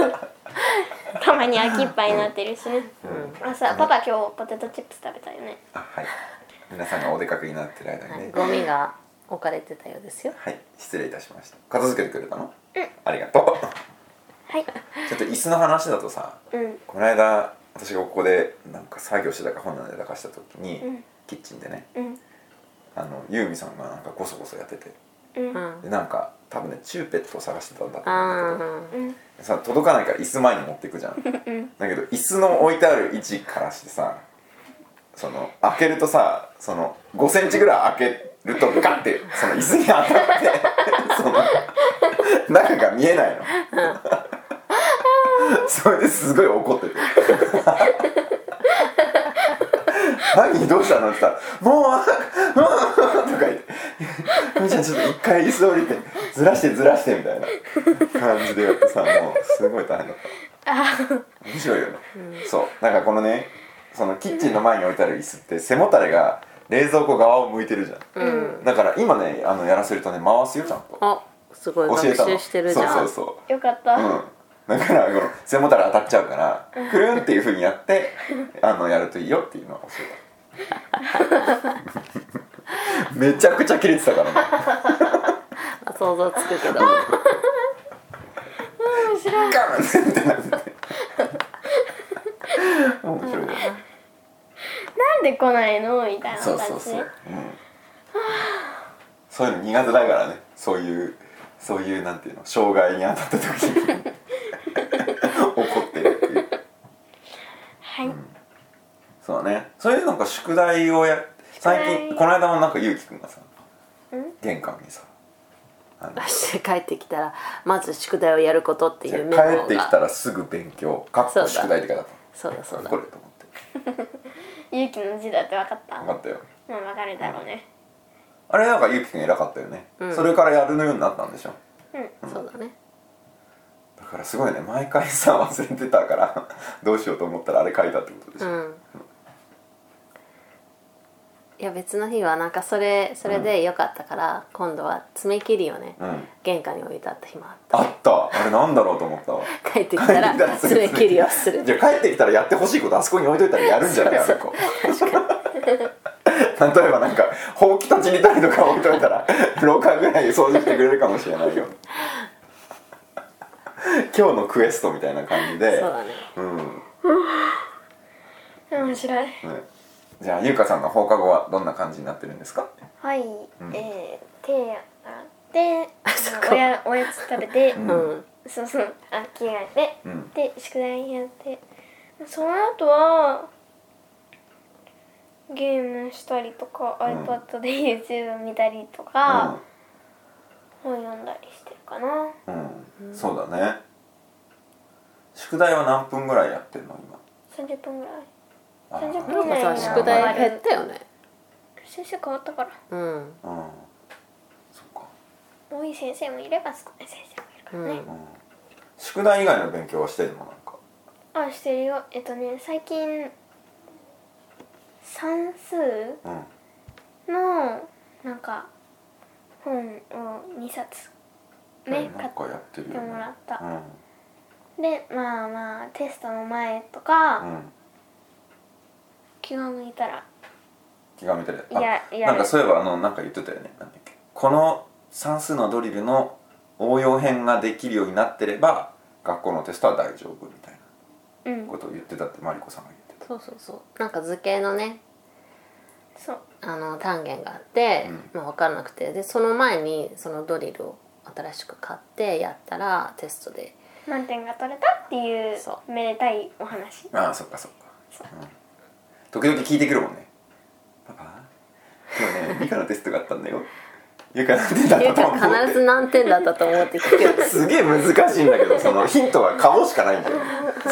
Speaker 2: ら たまに秋っぱいになってるしね、あさパパ今日ポテトチップス食べたよね
Speaker 1: あはい皆さんがお出かけになってる間にね
Speaker 3: ゴミが置かれてたようですよ
Speaker 1: はい失礼いたしました片付けてくれたのありがと
Speaker 2: はいう
Speaker 1: ちょっと椅子の話だとさ
Speaker 2: うん
Speaker 1: この間私がここでなんか作業してたか本棚でかした時に、
Speaker 2: うん
Speaker 1: キッチンでね
Speaker 2: うん
Speaker 1: あのユーミさんがなんかゴソゴソやってて
Speaker 2: うん
Speaker 3: う
Speaker 2: うん
Speaker 3: ん
Speaker 1: でなんか多分ねチューペットを探してたんだと思うんだ
Speaker 3: あ
Speaker 2: うん
Speaker 1: けどさ届かないから椅子前に持っていくじゃん
Speaker 2: うん
Speaker 1: だけど椅子の置いてある位置からしてさその開けるとさその5センチぐらい開けるとガッてその椅子に当たって その中が見えないのそれですごい怒ってて「 何どうしたの?」って言ったら「もうあうんうん」とか言って「みーちゃんちょっと一回椅子降りてずらしてずらして」みたいな感じでやってさもうすごい大変だった。面白いよね、そうなんかこのねそのキッチンの前に置いてある椅子って背もたれが冷蔵庫側を向いてるじゃん、
Speaker 3: うんうん
Speaker 1: だから今ねあのやらせるとね回すよちゃんと
Speaker 3: あすごい
Speaker 1: 教え
Speaker 3: 学
Speaker 1: たの
Speaker 3: 習してるじゃん
Speaker 1: そうそうそ
Speaker 2: よかった、
Speaker 1: ううんだからこの背もたれ当たっちゃうからくるんっていうふうにやってあのやるといいよっていうのを教え ためちゃくちゃ切れてたからね
Speaker 3: あ想像つ くけど
Speaker 1: ガーンってなってて面白いよね
Speaker 2: なんで来ないのみたいな
Speaker 1: そう
Speaker 2: 感じ
Speaker 1: そうそう、うん、 そういうの苦手だからねそういうそういうなんていうの障害に当たった時に怒ってるっていう
Speaker 2: はい、
Speaker 1: そうだねそういうなんか宿題をや最近
Speaker 2: 宿題
Speaker 1: この間もなんかゆうきくんがさ
Speaker 2: うん
Speaker 1: 玄関にさあの
Speaker 3: して帰ってきたらまず宿題をやることっていうメモが
Speaker 1: 帰ってきたらすぐ勉強かっ
Speaker 3: そう
Speaker 1: こ
Speaker 3: だ
Speaker 1: 宿題って書いてあっ
Speaker 3: そうだそ
Speaker 1: た
Speaker 3: うだ
Speaker 1: これと思って
Speaker 2: ゆうきの字だって分かった
Speaker 1: 分かったよ
Speaker 2: まあ分かるだろうね
Speaker 1: あれなんかゆうきくん偉かったよね、
Speaker 3: ん
Speaker 1: それからやるのようになったんでしょ
Speaker 2: うん
Speaker 3: そうだね
Speaker 1: だからすごいね毎回さ忘れてたからどうしようと思ったらあれ書いたってことでし
Speaker 3: う
Speaker 1: ょ、
Speaker 3: んいや別の日はなんかそれそれで良かったから、今度は爪切りをね、
Speaker 1: うん
Speaker 3: 玄関に置いてあった日もあっ
Speaker 1: あったあれなんだろうと思ったわ
Speaker 3: た帰ってきた
Speaker 1: 帰ってきた
Speaker 3: ら
Speaker 1: らすぐ
Speaker 3: 爪切りをする
Speaker 1: じゃあ帰ってきたらやってほしいことあそこに置いといたらやるんじゃないあ
Speaker 3: そ
Speaker 1: れ
Speaker 3: う
Speaker 1: こ 例えばなんかほうきとちり取りとか置いといたら廊下ぐらい掃除してくれるかもしれないよ今日のクエストみたいな感じで
Speaker 3: そうだね
Speaker 1: うん、ね、
Speaker 2: 面白い
Speaker 1: じゃあ優香さんの放課後はどんな感じになってるんですか
Speaker 2: はい、えー、手洗って
Speaker 3: そっ
Speaker 2: あの
Speaker 3: か
Speaker 2: おやおやつ食べて、
Speaker 3: うん
Speaker 2: そうそうあ着替えて、
Speaker 1: うん
Speaker 2: で宿題やってその後はゲームしたりとか、iPad で YouTube 見たりとか、本読んだりしてるかな
Speaker 1: うん、そうだね宿題は何分ぐらいやってんの今
Speaker 2: 30分ぐらい
Speaker 1: あ
Speaker 2: 30分
Speaker 3: なんかさ宿題減ったよね
Speaker 2: 先生変わったから
Speaker 3: うん
Speaker 1: うんそっか、
Speaker 2: 多い先生もいれば少ない先生もいるからね、
Speaker 1: うん、宿題以外の勉強はしてるのなんか
Speaker 2: あしてるよえっとね最近算数
Speaker 1: うん
Speaker 2: のなんか本を2冊
Speaker 1: な
Speaker 2: ね買
Speaker 1: んかやってるよ
Speaker 2: 買
Speaker 1: ね
Speaker 2: ってもらった
Speaker 1: うん
Speaker 2: ってまあまあテストの前とか、
Speaker 1: うん
Speaker 2: 気が向いたら
Speaker 1: 気が見てる
Speaker 2: いや
Speaker 1: あ
Speaker 2: いや
Speaker 1: なんかそういえばあのなんか言ってたよねなんだっけこの算数のドリルの応用編ができるようになってれば学校のテストは大丈夫みたい
Speaker 2: うん
Speaker 1: なことを言ってたってマリコさんが言って
Speaker 3: そうそうそうなんか図形のね
Speaker 2: そう
Speaker 3: あの単元があって、まあ、分からなくてでその前にそのドリルを新しく買ってやったらテスト で
Speaker 2: 満点が取れたっていう
Speaker 3: そ
Speaker 2: めでたいお話
Speaker 1: たああそっかそっか、うん、時々聞いてくるもんね「パパ今日ね理科のテストがあったんだよ」ゆかなんてだ
Speaker 3: ゆ
Speaker 1: っ
Speaker 3: う
Speaker 1: たと
Speaker 3: か
Speaker 1: 思
Speaker 3: 必ず何点だったと思って聞く
Speaker 1: すげえ難しいんだけどそのヒントは顔しかないんだよ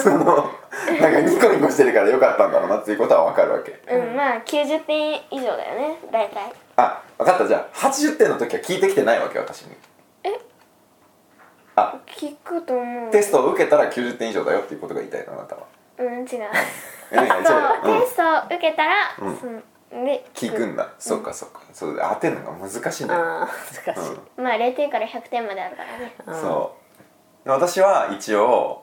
Speaker 1: そのなんかニコニコしてるからよかったんだろうなっていうことはわかるわけ
Speaker 2: うん、まあ90点以上だよね大体
Speaker 1: あ分かったじゃあ80点の時は聞いてきてないわけ私にあ
Speaker 2: 聞くと思う
Speaker 1: テストを受けたら90点以上だよっていうことが言いたいのあなたは
Speaker 2: うん違 うそう
Speaker 1: え何違う
Speaker 2: テストを受けたら、
Speaker 1: ん
Speaker 2: うん、で
Speaker 1: うん、聞くんだ、そっかそっかそうだ当てるのが難しいんだよ、
Speaker 3: ああ難しい、
Speaker 2: まあ0点から100点まであるからね
Speaker 1: うん、そうで私は一応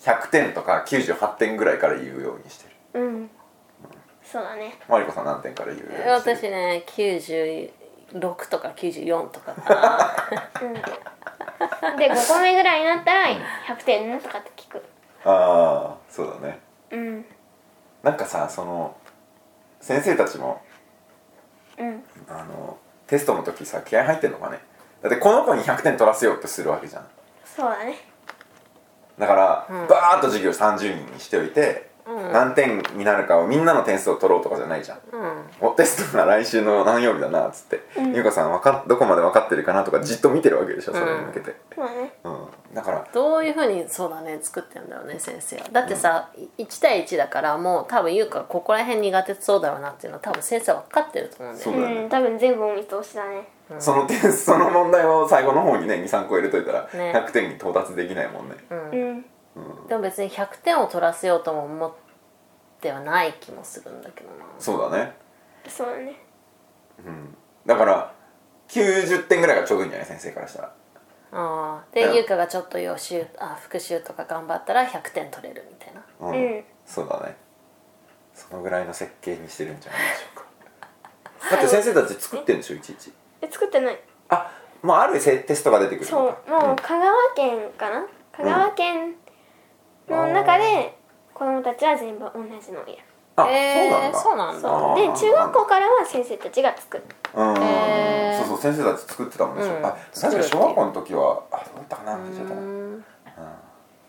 Speaker 1: 100点とか98点ぐらいから言うようにしてる
Speaker 2: うんそうだね
Speaker 1: マリコさん何点から言うようにしてる
Speaker 3: 私ね96とか94とかかな
Speaker 2: で5個目ぐらいになったら100点とかって聞く
Speaker 1: ああそうだね
Speaker 2: うん
Speaker 1: なんかさその先生たちも
Speaker 2: うん
Speaker 1: あのテストの時さ気合入ってんのかねだってこの子に100点取らせようとするわけじゃん
Speaker 2: そうだね
Speaker 1: だから、
Speaker 3: うん
Speaker 1: バーッと授業30人にしておいて、
Speaker 3: うん
Speaker 1: 何点になるかをみんなの点数を取ろうとかじゃないじゃん
Speaker 3: うん
Speaker 1: おテストが来週の何曜日だなっつって、ゆうかさんわかどこまで分かってるかなとかじっと見てるわけでしょそれに向けて、
Speaker 2: そうだね
Speaker 1: うんだから
Speaker 3: どういうふうにそうだね作ってんだろうね先生はだってさ、1対1だからもう多分優香ここら辺苦手そうだろうなっていうのは多分先生分かってると思うんだよ
Speaker 1: そう
Speaker 3: ね
Speaker 1: だね
Speaker 2: うん多分全部お見通しだね
Speaker 1: その点 数その問題を最後の方にね23個入れといたら
Speaker 3: ね
Speaker 1: 100点に到達できないもんね
Speaker 2: うん
Speaker 3: でも別に100点を取らせようとも思ってはない気もするんだけどな
Speaker 1: そうだね
Speaker 2: そうだね
Speaker 1: だから90点ぐらいがちょうどいいんじゃない先生からしたら
Speaker 3: あー
Speaker 1: う
Speaker 3: で
Speaker 1: ん
Speaker 3: 優香がちょっと予習あ復習とか頑張ったら100点取れるみたいな
Speaker 1: うん、
Speaker 2: うん
Speaker 1: そうだねそのぐらいの設計にしてるんじゃないでしょうかだって先生たち作ってるんでしょいちいち
Speaker 2: え作ってない
Speaker 1: あまああるせテストが出てくる
Speaker 2: そう
Speaker 1: のか
Speaker 2: もう香川県かな香川県の中で子供たちは全部同じのをやる
Speaker 1: あ、
Speaker 3: えー
Speaker 1: そう
Speaker 3: そうなん
Speaker 1: なんだ
Speaker 3: だ
Speaker 2: そうで
Speaker 1: あー
Speaker 2: 中学校からは先生たちが作る
Speaker 1: うん、
Speaker 3: へー
Speaker 1: そうそう先生たち作ってたもんね、
Speaker 3: うん
Speaker 1: あ確かに小学校の時はあどうだったかな忘れちゃったな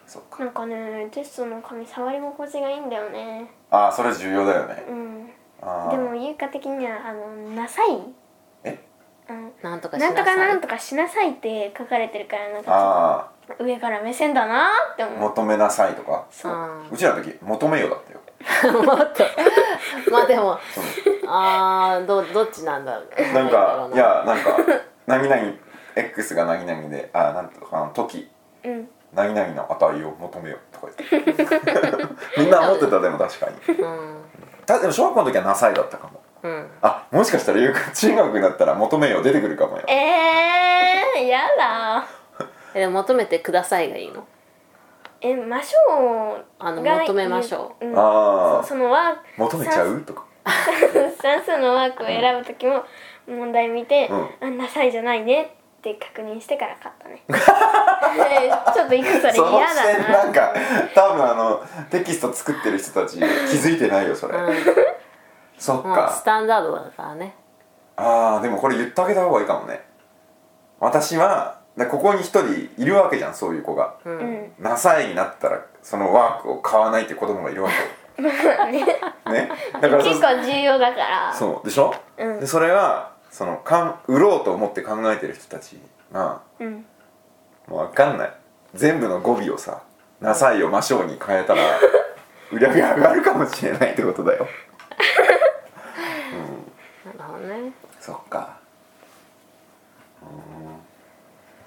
Speaker 1: そっか
Speaker 2: なんかねテストの紙触り心地がいいんだよね
Speaker 1: あそれ重要だよね
Speaker 2: うんで
Speaker 1: あー
Speaker 2: も優香的にはあの「なさい」
Speaker 1: え
Speaker 2: うん
Speaker 3: なんとかし
Speaker 2: な
Speaker 3: なんさ
Speaker 2: と
Speaker 3: い
Speaker 2: かなんとかしなさいって書かれてるからなんか
Speaker 1: あ
Speaker 2: ちょっと上から目線だなーって
Speaker 1: ー
Speaker 2: 思う
Speaker 1: 求めなさいとか
Speaker 2: そう
Speaker 3: あ
Speaker 1: うちらの時求めよだったよ
Speaker 3: ー まあでもあーどどっちなんだろう
Speaker 1: なんか
Speaker 3: ど
Speaker 1: い
Speaker 3: うだろ
Speaker 1: やなんか 何々 X が何々であなんとかの時
Speaker 2: うん
Speaker 1: 何々の値を求めよとか言ってみんな思ってたでも確かに
Speaker 3: うな
Speaker 1: たでも小学校の時はなさいだったかも
Speaker 3: うん、うん、
Speaker 1: あもしかしたらゆうか中学になったら求めよ出てくるかもよ
Speaker 2: えー、やだ
Speaker 3: えでも求めてくださいがいいの
Speaker 2: えましょう
Speaker 3: あの
Speaker 2: が
Speaker 3: 求めましょ
Speaker 2: うん
Speaker 1: あー
Speaker 2: そのワーク
Speaker 1: 求めちゃうとか
Speaker 2: 算数のワークを選ぶ時も問題見て
Speaker 1: うん
Speaker 2: 「あんなさいじゃないね」って確認してから買ったね えーちょっといくそれ
Speaker 1: その
Speaker 2: 嫌
Speaker 1: 視点
Speaker 2: だ
Speaker 1: な
Speaker 2: なん
Speaker 1: か多分あのテキスト作ってる人たち気づいてないよそれ、そっ
Speaker 3: もうス
Speaker 1: か
Speaker 3: タンダードだからね
Speaker 1: あーでもこれ言ってあげた方がいいかもね私はでここに一人いるわけじゃんそういう子が、
Speaker 2: うん
Speaker 1: なさいになったらそのワークを買わないって子供がいるわけよねだからそ
Speaker 2: 結構重要だから
Speaker 1: そうでしょ、
Speaker 2: うん
Speaker 1: でそれはそのかん売ろうと思って考えてる人たちな
Speaker 2: うん
Speaker 1: あもう分かんない全部の語尾をさ「なさいを魔性に変えたら売り上げ上がるかもしれないってことだよ
Speaker 3: なるほどね
Speaker 1: そっかうん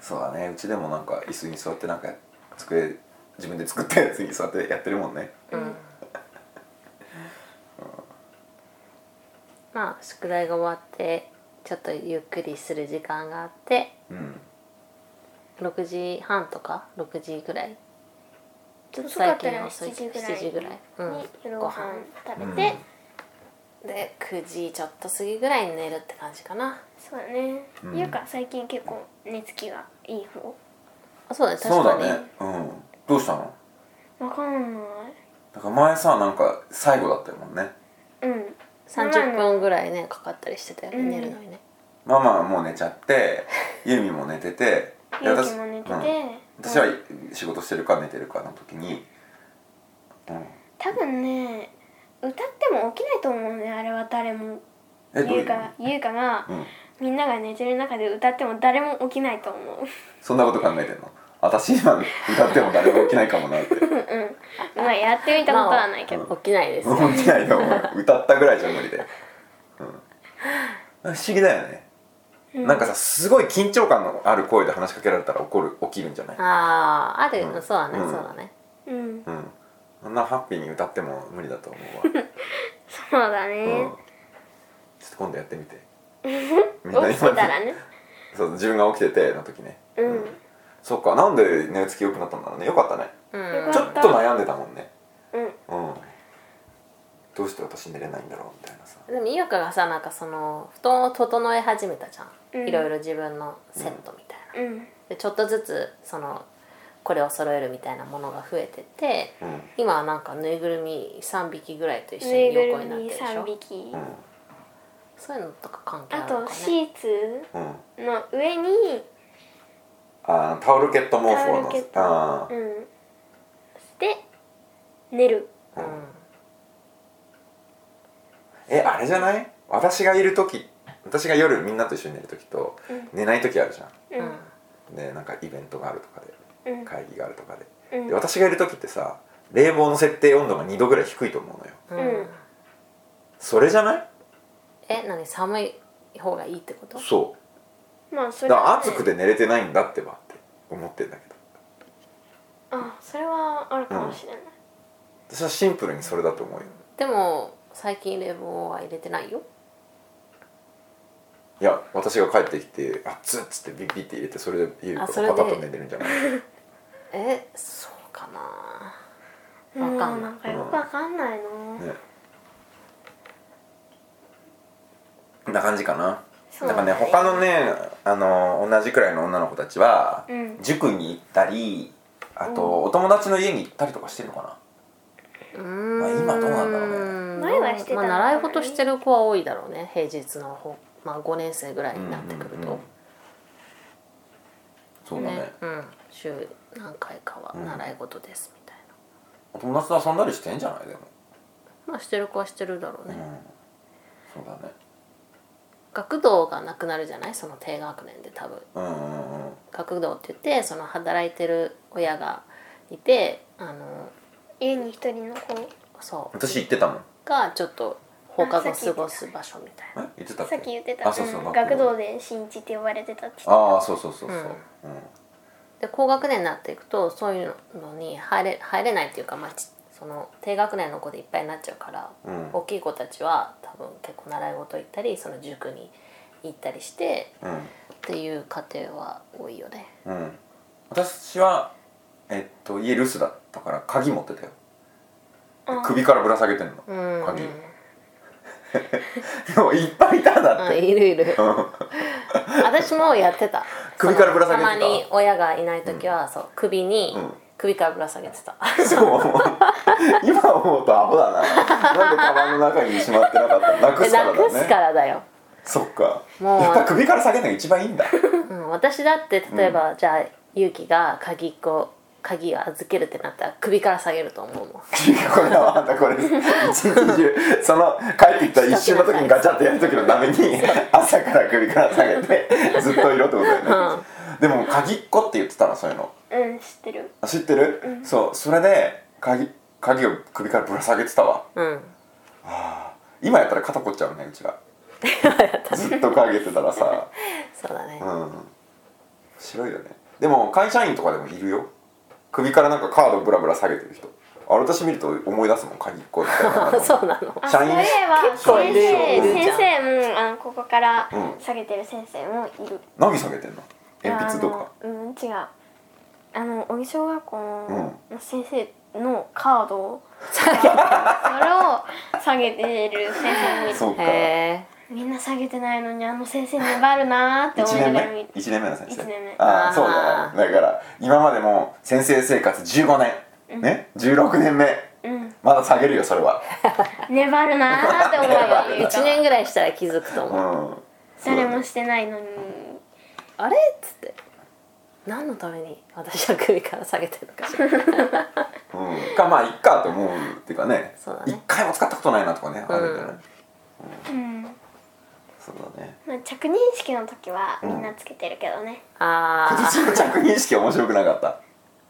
Speaker 1: そうだねうちでもなんか椅子に座ってなんか机自分で作ったやつに座ってやってるもんね
Speaker 3: うんまあ宿題が終わってちょっとゆっくりする時間があって
Speaker 1: うん
Speaker 3: 6時半とか6時ぐらいちょっと
Speaker 2: 遅か
Speaker 3: 最
Speaker 2: った
Speaker 3: 近は
Speaker 2: ら
Speaker 3: 遅い
Speaker 2: 7
Speaker 3: 7時
Speaker 2: 時ぐ
Speaker 3: ぐ
Speaker 2: ら
Speaker 3: ら
Speaker 2: い
Speaker 3: い
Speaker 2: に
Speaker 3: う
Speaker 2: 夜
Speaker 3: ん、
Speaker 2: ご
Speaker 3: ご
Speaker 2: 飯
Speaker 3: 飯
Speaker 2: 食べて、
Speaker 1: うん
Speaker 3: で9時ちょっと過ぎぐらいに寝るって感じかな
Speaker 2: そうだね、
Speaker 1: うん
Speaker 2: ゆうか最近結構寝つきがいい方
Speaker 3: あそうだね
Speaker 1: そ
Speaker 3: 確
Speaker 1: う
Speaker 3: か
Speaker 1: だ
Speaker 3: に
Speaker 1: ねうんどうしたの
Speaker 2: わかんない
Speaker 1: だから前さなんか最後だったもんね
Speaker 2: うん
Speaker 3: 30
Speaker 2: ママの
Speaker 3: 分ぐらいねかかったりしてたよね、
Speaker 2: うん
Speaker 3: 寝るのにね
Speaker 1: ママはもう寝ちゃ ってユミも寝ててで
Speaker 2: ゆうきも寝てて、
Speaker 1: うん私は仕事してるか寝てるかの時に、うん、
Speaker 2: 多分ね歌っても起きないと思うねあれは誰も
Speaker 1: えどうい
Speaker 2: ゆ
Speaker 1: う
Speaker 2: うかがゆうかが、
Speaker 1: うん、
Speaker 2: みんなが寝てる中で歌っても誰も起きないと思う
Speaker 1: そんなこと考えてんの私今歌っても誰も起きないかも なって
Speaker 2: まあやってみたことはないけど、
Speaker 3: 起きないですよ、
Speaker 1: 起きないと思う歌ったぐらいじゃ無理で、うん、不思議だよね、なんかさすごい緊張感のある声で話しかけられたら怒る起きるんじゃない、
Speaker 3: ああある、そうだね、
Speaker 1: うん
Speaker 3: そうだね
Speaker 2: うん
Speaker 1: うん、あんなハッピーに歌っても無理だと思うわ
Speaker 2: そうだね、
Speaker 1: うんちょっと今度やってみ てみ
Speaker 2: 起きてたらね
Speaker 1: そう自分が起きてての時ね
Speaker 2: うん、
Speaker 1: そっかなんで寝つき良くなったんだろうねよかったね
Speaker 3: うん
Speaker 2: よ
Speaker 1: ち
Speaker 2: か
Speaker 1: ょっと悩んでたもんね
Speaker 2: うん、
Speaker 1: うんどうして私寝れないんだろうみたいなさ
Speaker 3: でも井岡がさなんかその布団を整え始めたじゃん、
Speaker 2: うん
Speaker 3: いろいろ自分のセットみたいな、
Speaker 2: うん、
Speaker 3: でちょっとずつそのこれを揃えるみたいなものが増えてて、
Speaker 1: うん
Speaker 3: 今はなんかぬいぐるみ3匹ぐらいと一緒
Speaker 2: ぬい
Speaker 3: に
Speaker 2: ぐ
Speaker 3: 横
Speaker 2: る
Speaker 3: になってる
Speaker 2: み
Speaker 3: でし
Speaker 2: 3
Speaker 3: ょ
Speaker 2: 匹、
Speaker 1: う
Speaker 3: そういうのとか関係あ
Speaker 2: あ
Speaker 3: るの
Speaker 2: と
Speaker 3: かね
Speaker 2: シーツ
Speaker 1: んうん
Speaker 2: の上に
Speaker 1: あータオルケット毛布
Speaker 2: タオル
Speaker 1: の
Speaker 2: ケット
Speaker 1: あ
Speaker 2: う
Speaker 1: ー
Speaker 2: んで寝る
Speaker 3: う
Speaker 1: うんえあれじゃない私がいる時私が夜みんなと一緒に寝る時と
Speaker 2: うん
Speaker 1: 寝ない時あるじゃ
Speaker 2: うん
Speaker 3: うん
Speaker 1: んでなんかイベントがあるとかで
Speaker 2: うん
Speaker 1: 会議があるとかで
Speaker 2: うん
Speaker 1: で私がいる時ってさ冷房の設定温度が2度ぐらい低いと思うのよ
Speaker 2: うん
Speaker 1: それじゃない
Speaker 3: え何寒い方がいいってこと
Speaker 1: そ
Speaker 2: まあそうれ
Speaker 1: だ
Speaker 2: は
Speaker 1: か
Speaker 2: ね
Speaker 1: ら暑くて寝れてないんだってばって思ってんだけど
Speaker 2: あそれはあるかもしれない、
Speaker 1: 私はシンプルにそれだと思うよ
Speaker 3: でも最近冷房は入れてないよ
Speaker 1: いや私が帰ってきて「あっつ」っつってビッビッて入れてそれで言うから
Speaker 3: あ
Speaker 1: パ
Speaker 3: それで
Speaker 1: タッと寝てるんじゃない
Speaker 3: えそうかな
Speaker 2: も
Speaker 3: わ
Speaker 2: う
Speaker 3: かんない
Speaker 2: んかよくわかんないな、
Speaker 1: ねこんな感じかな
Speaker 2: そう
Speaker 1: だ
Speaker 2: だ
Speaker 1: か
Speaker 2: ね
Speaker 1: らね他のねあの同じくらいの女の子たちは、
Speaker 2: うん
Speaker 1: 塾に行ったりあと、お友達の家に行ったりとかしてるのか
Speaker 3: うーん
Speaker 1: まあ今どうなんだろう
Speaker 2: ね前はしてたの
Speaker 3: ま
Speaker 2: か
Speaker 3: あ
Speaker 2: な
Speaker 3: 習い事してる子は多いだろうね平日の方まあ5年生ぐらいになってくる
Speaker 1: うんうんうん
Speaker 3: と
Speaker 1: そうだね
Speaker 3: ねうん週何回かは
Speaker 1: うん
Speaker 3: 習い事ですみたいな
Speaker 1: お友達と遊んだりしてんじゃないでも、
Speaker 3: まあしてる子はしてるだろう
Speaker 1: うん
Speaker 3: ね
Speaker 1: そうだね
Speaker 3: 学童がなくなるじゃないその低学年で多分
Speaker 1: うんうんうん
Speaker 3: 学童って言ってその働いてる親がいてあの
Speaker 2: 家に一人の子
Speaker 3: そう
Speaker 1: 私行ってたもん
Speaker 3: がちょっと放課後過ごす場所みたい
Speaker 1: え
Speaker 3: な
Speaker 1: 行ってたっけ
Speaker 2: さっき言ってた
Speaker 1: あそうそう、
Speaker 2: うん学童で新一って呼ばれてたって
Speaker 1: ああそうそうそうそううん、
Speaker 3: で高学年になっていくとそういうのに入れ入れないっていうか、まあ、ちその低学年の子でいっぱいになっちゃうから、
Speaker 1: うん
Speaker 3: 大きい子たちは多分結構習い事行ったりその塾に行ったりして
Speaker 1: うん
Speaker 3: っていう家庭は多いよね
Speaker 1: うん、私はえっと家留守だったから鍵持ってたよ
Speaker 2: あ
Speaker 1: 首からぶら下げてんの
Speaker 3: うん
Speaker 1: 鍵 でもいっぱいいたんだっ
Speaker 3: うん
Speaker 1: て
Speaker 3: いるい る私もやってた
Speaker 1: 首からぶら下げてた
Speaker 3: そのたまに親がいない時は、そう首に、
Speaker 1: うん
Speaker 3: 首からぶら下げてた
Speaker 1: そう今思うとアホだななんでカバンの中にしまってなかったのなく
Speaker 3: です
Speaker 1: から
Speaker 3: なく
Speaker 1: だ
Speaker 3: す
Speaker 1: ね
Speaker 3: からだよ
Speaker 1: そっか
Speaker 3: もう
Speaker 1: やっぱ首から下げるのが一番いいんだ
Speaker 3: うん、私だって例えば、じゃあ勇気が鍵っ子鍵を預けるってなったら首から下げると思うもん
Speaker 1: これはまたこれ一日中その帰ってきた一瞬の時にガチャってやる時のために朝から首から下げてずっといろってことだよね、でも鍵っ子って言ってたのそういうの
Speaker 2: うん知ってる
Speaker 1: あ知ってる、そうそれで鍵鍵を首からぶら下げてたわ
Speaker 3: うん
Speaker 1: 今やったら肩こっちゃうねうちらずっとかけてたらさ
Speaker 3: そうだね
Speaker 1: うん面白いよねでも会社員とかでもいるよ首からなんかカードぶらぶら下げてる人あれ私見ると思い出すもん鍵っ子みたい な
Speaker 3: そうなの
Speaker 2: あ
Speaker 1: 社
Speaker 2: そう
Speaker 1: 員
Speaker 2: いえば
Speaker 3: 結構い
Speaker 2: 先
Speaker 3: るよ
Speaker 2: 生
Speaker 3: うん
Speaker 2: 先生もあのここから
Speaker 1: うん
Speaker 2: 下げてる先生もいる
Speaker 1: 何下げてんの鉛筆とか
Speaker 2: あのうん違うあの小木小学校の
Speaker 1: う
Speaker 2: 先生のカードをそれを下げてる先生もいる
Speaker 1: そうか
Speaker 3: へえ
Speaker 2: みんな下げてないのにあの先生粘るなーって
Speaker 1: 1
Speaker 2: 思いな
Speaker 1: 年
Speaker 2: がら見
Speaker 1: 目
Speaker 2: て
Speaker 1: 一年目の先生
Speaker 2: 一年目
Speaker 1: あ
Speaker 3: あ
Speaker 1: あ
Speaker 3: ー
Speaker 1: そうだねだから今までも先生生活15年ね16年目
Speaker 2: うん
Speaker 1: まだ下げるよそれは
Speaker 2: 粘るなーって思いなが ら見て
Speaker 3: 1年ぐらいしたら気づくと
Speaker 1: う
Speaker 3: 思うん
Speaker 1: そうだ
Speaker 2: 誰
Speaker 1: ね
Speaker 2: もしてないのに
Speaker 3: あれっつって何のために私は首から下げてるのかし ら
Speaker 1: うんかまあいっかと思うっていうかね
Speaker 3: そうだ
Speaker 1: 一
Speaker 3: ね
Speaker 1: 回も使ったことないなとかねあるんだよね
Speaker 2: うん
Speaker 1: そうだね
Speaker 2: まあ着任式の時はみんなつけてるけどね、
Speaker 3: あ
Speaker 1: 私の着任式面白くなかった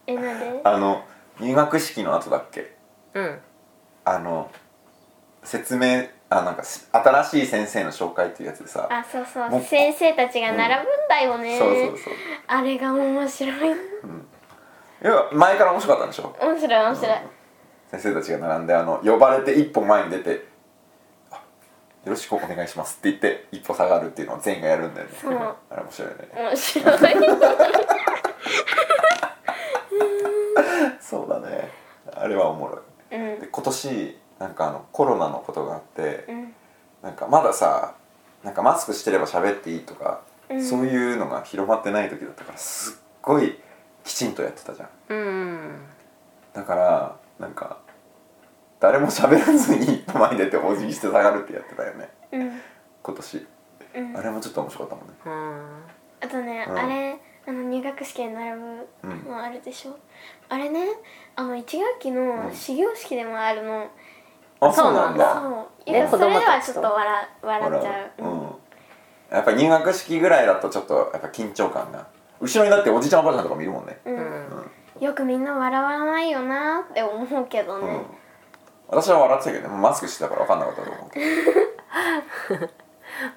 Speaker 2: えな んで
Speaker 1: あの入学式の後だっけ
Speaker 3: あうん
Speaker 1: あの説明あなんかし新しい先生の紹介っていうやつでさ
Speaker 2: あそうそ
Speaker 1: も
Speaker 2: う
Speaker 1: う
Speaker 2: 先生たちが並ぶんだよね、
Speaker 1: そうそうそう
Speaker 2: あれが面白い
Speaker 1: いや前から面白かったんでしょ
Speaker 2: 面白い面白い、
Speaker 1: 先生たちが並んであの呼ばれて一歩前に出てあ「よろしくお願いします」って言って一歩下がるっていうのを全員がやるんだよね、
Speaker 2: うん
Speaker 1: あれ面白いよね
Speaker 2: 面白い
Speaker 1: そうだねあれはおもろい、
Speaker 2: うん
Speaker 1: で今年なんかあのコロナのことがあって、
Speaker 2: ん
Speaker 1: なんかまださなんかマスクしてれば喋っていいとか、そういうのが広まってない時だったからすっごいきちんとやってたじゃん
Speaker 3: うん
Speaker 1: だからなんか誰も喋らずに一歩前に出てお辞儀して下がるってやってたよね
Speaker 2: うん
Speaker 1: 今年、
Speaker 2: うん
Speaker 1: あれもちょっと面白かったもんね
Speaker 3: うん
Speaker 2: あとね、
Speaker 1: うん
Speaker 2: あれあの入学式に並ぶ
Speaker 1: うん
Speaker 2: のあれでしょ、あれねあの1学期の始業式でもあるの、
Speaker 1: あそうなんだ
Speaker 2: そうい
Speaker 3: ね
Speaker 2: やそれではちょっ
Speaker 3: 子供たちと
Speaker 2: と笑笑っちゃ
Speaker 1: ほ
Speaker 2: う、
Speaker 1: らうんやっぱ入学式ぐらいだとちょっとやっぱ緊張感が後ろにだっておじいちゃんおばあちゃんとかもいるもんね、
Speaker 2: うん
Speaker 1: うん
Speaker 2: よくみんな笑わないよなって思うけどね、
Speaker 1: うん私は笑ってたけどねマスクしてたから分かんなかったと思うけど、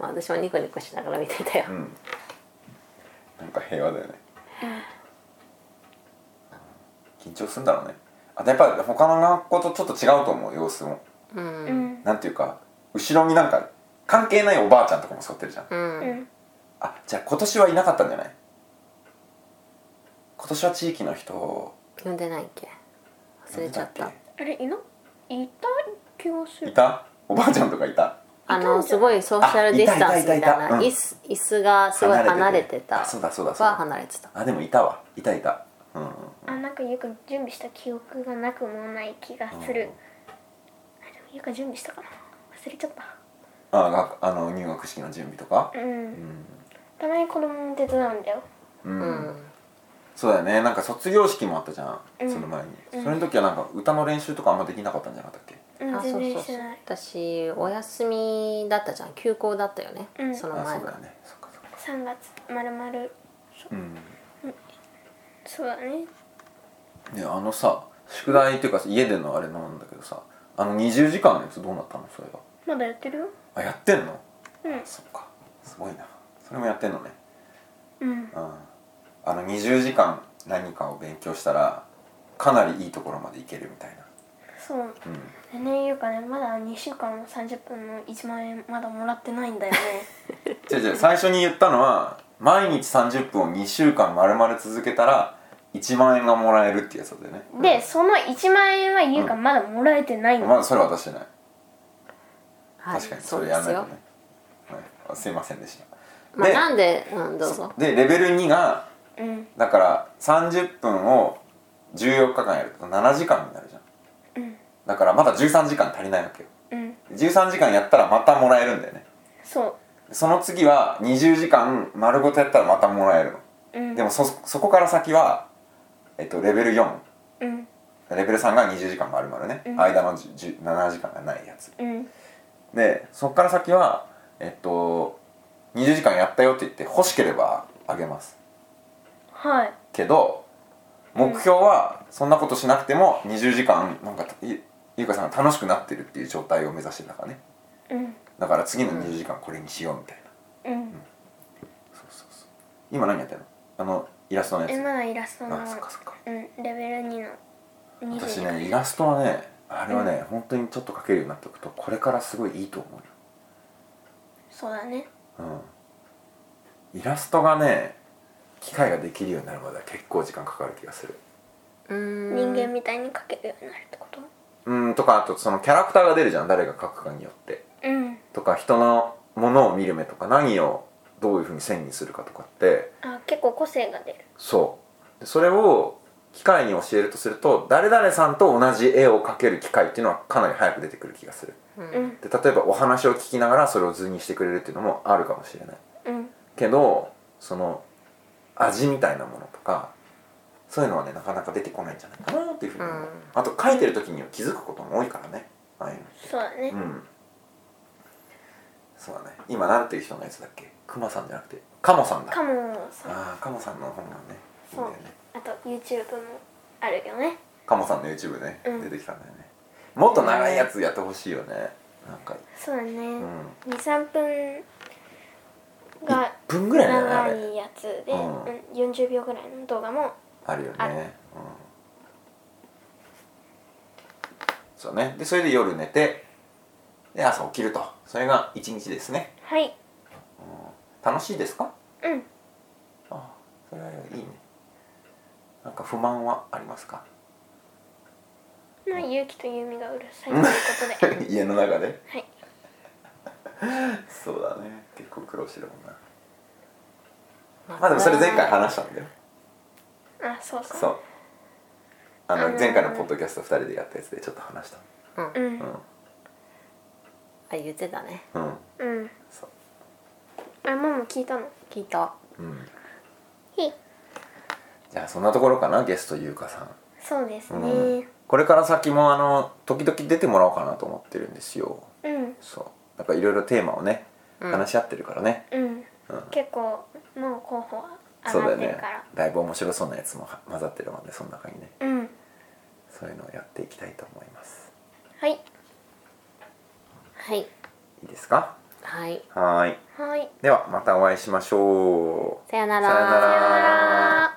Speaker 3: まあ私もニコニコしながら見てたよ、
Speaker 1: うん、なんか平和だよね、緊張するんだろうねあとやっぱ他の学校とちょっと違うと思う様子も
Speaker 3: うん
Speaker 2: うん
Speaker 1: なんていうか後ろになんか関係ないおばあちゃんとかも座ってるじゃん、
Speaker 3: うん
Speaker 2: うん
Speaker 1: あじゃあ今年はいなかったんじゃない今年は地域の人
Speaker 3: 呼んでないっけ忘れちゃった
Speaker 2: あれいないた気がす
Speaker 1: い
Speaker 2: る
Speaker 1: たおばあちゃんとかいた
Speaker 3: あのすごいソーシャルディスタンスみたい
Speaker 1: あいたいたいた
Speaker 3: ない
Speaker 1: たうん
Speaker 3: 椅子椅子がすごい離れてた
Speaker 1: あそうだそうだそう
Speaker 3: は
Speaker 1: だ
Speaker 3: 離れてた
Speaker 1: あでもいたわいたいたうんうんうん
Speaker 2: あなんかよく準備した記憶がなくもない気がする、あでもゆか準備したかな忘れちゃった
Speaker 1: あがあの入学式の準備とか
Speaker 2: うん、たまに子供も手伝うんだよ
Speaker 1: うん、
Speaker 3: うん
Speaker 1: そうだよねなんか卒業式もあったじゃん、
Speaker 2: うん
Speaker 1: その前にそれの時はなんか歌の練習とかあんまできなかったんじゃなかったっけ
Speaker 2: うん
Speaker 3: あそう
Speaker 2: 全
Speaker 3: そ
Speaker 2: 然
Speaker 3: うそう
Speaker 2: してない
Speaker 3: 私お休みだったじゃん休校だったよね、
Speaker 2: うん
Speaker 3: その
Speaker 1: あ
Speaker 3: 前
Speaker 1: そうだ
Speaker 3: が
Speaker 1: よねそっかそっか
Speaker 2: 3月まるまる
Speaker 1: うん
Speaker 2: そうだね
Speaker 1: ねあのさ宿題っていうか家でのあれなんだけどさあの20時間のやつどうなったのそれが
Speaker 2: まだやってるよ
Speaker 1: あやってんの
Speaker 2: うん
Speaker 1: そっかすごいなそれもやってんのね
Speaker 2: うん
Speaker 1: うんあの20時間何かを勉強したらかなりいいところまでいけるみたいな
Speaker 2: そう
Speaker 1: うん
Speaker 2: でねゆうかねまだ2週間の30分の1万円まだもらってないんだ よね
Speaker 1: 違う違う最初に言ったのは毎日30分を2週間丸々続けたら1万円がもらえるってやつだよね
Speaker 2: でその1万円はゆうかまだもらえてないんだ、
Speaker 1: まだそれは私じゃない
Speaker 3: はい
Speaker 1: 確かにそれやらないと
Speaker 3: そうで
Speaker 1: ね、はいあ、すいませんでした
Speaker 3: すよまあ
Speaker 1: で
Speaker 3: なんでうんどうぞ
Speaker 1: でレベル2が
Speaker 2: うん
Speaker 1: だから30分を14日間やると7時間になるじゃん、だからまだ13時間足りないわけよ
Speaker 2: うん
Speaker 1: 13時間やったらまたもらえるんだよね
Speaker 2: そ
Speaker 1: その次は20時間丸ごとやったらまたもらえるの、
Speaker 2: ううん
Speaker 1: でもそそこから先は、えっと、レベル4
Speaker 2: うん
Speaker 1: レベル3が20時間丸々ね、間の10 7時間がないやつ
Speaker 2: うん
Speaker 1: でそこから先はえっと20時間やったよって言って欲しければあげます
Speaker 2: はい
Speaker 1: けど目標はそんなことしなくても20時間なんかいゆうかさんが楽しくなってるっていう状態を目指してるからね
Speaker 2: うん
Speaker 1: だから次の20時間これにしようみたいな、
Speaker 2: うん
Speaker 1: そうそうそう今何やってんのあのイラストのやつ
Speaker 2: えまだイラストの
Speaker 1: あそっかそっか
Speaker 2: うんレベル2の20
Speaker 1: 私ねイラストはねあれはね、本当にちょっと描けるようになっておくとこれからすごいいいと思うよ
Speaker 2: そうだね
Speaker 1: うん、イラストがね機械ができるようになるまでは結構時間かかる気がする
Speaker 3: うん
Speaker 2: 人間みたいに描けるようになるってこと
Speaker 1: うんとかあとそのキャラクターが出るじゃん誰が描くかによって
Speaker 2: うん
Speaker 1: とか人のものを見る目とか何をどういうふうに線にするかとかって
Speaker 2: あ結構個性が出る
Speaker 1: そうでそれを機械に教えるとすると誰々さんと同じ絵を描ける機械っていうのはかなり早く出てくる気がする
Speaker 2: うん
Speaker 1: で例えばお話を聞きながらそれを図にしてくれるっていうのもあるかもしれない
Speaker 2: うん
Speaker 1: けどその味みたいなものとかそういうのはねなかなか出てこないんじゃないかなっていうふうに思う、
Speaker 3: うん
Speaker 1: あと書いてる時には気づくことも多いからねああいう
Speaker 2: そうだね
Speaker 1: のうんそうだね今なんていう人のやつだっけクマさんじゃなくてカモさんだ
Speaker 2: カモさん
Speaker 1: ああカモさんの本がねいいん
Speaker 2: そう
Speaker 1: だよね
Speaker 2: あと YouTube もあるよね
Speaker 1: カモさんの YouTube ね、
Speaker 2: うん
Speaker 1: 出てきたんだよねもっと長いやつやってほしいよねなんか
Speaker 2: そうだね、
Speaker 1: ん
Speaker 2: 23分
Speaker 1: 1
Speaker 2: が
Speaker 1: 分ぐらいじゃないあ
Speaker 2: 長
Speaker 1: れ
Speaker 2: いやつで、
Speaker 1: う
Speaker 2: うんん40秒ぐらいの動画も
Speaker 1: あるよ
Speaker 2: ある
Speaker 1: ねうんそうねでそれで夜寝てで朝起きるとそれが一日ですね
Speaker 2: はい
Speaker 1: 楽しいですか
Speaker 2: うん
Speaker 1: あそれはいいねなんか不満はありますか
Speaker 2: まあ勇気と由美がうるさいということ で
Speaker 1: 家の中で
Speaker 2: はい
Speaker 1: そうだね結構苦労してるもんなまあでもそれ前回話したんだよ
Speaker 2: あそうそう
Speaker 1: そうあ
Speaker 2: あ
Speaker 1: の
Speaker 2: のー
Speaker 1: 前回のポッドキャスト2人でやったやつでちょっと話した
Speaker 3: うん
Speaker 2: うん
Speaker 3: あ言ってたね
Speaker 1: うん
Speaker 2: うん
Speaker 1: そう
Speaker 2: あママ聞いたの
Speaker 3: 聞いた
Speaker 1: うん
Speaker 2: ひ
Speaker 1: じゃあそんなところかなゲストゆうかさん
Speaker 2: そうです
Speaker 1: う
Speaker 2: ね
Speaker 1: んこれから先もあの時々出てもらおうかなと思ってるんですよ
Speaker 2: うん
Speaker 1: そうなんかいろいろテーマをね
Speaker 3: うん
Speaker 1: 話し合ってるからね、
Speaker 2: うん、
Speaker 1: うん
Speaker 2: 結構もう候補は
Speaker 1: そ
Speaker 2: 上
Speaker 1: うだよ
Speaker 2: がってる
Speaker 1: ね
Speaker 2: から
Speaker 1: だいぶ面白そうなやつもは混ざってるもんねその中にね
Speaker 2: う,、ん
Speaker 1: そういうのをやっていきたいと思います
Speaker 2: はい
Speaker 3: はい
Speaker 1: いいですか
Speaker 3: はい
Speaker 1: はーい
Speaker 2: はい
Speaker 1: ではまたお会いしましょう
Speaker 3: さよな
Speaker 1: さよなら
Speaker 2: さよなら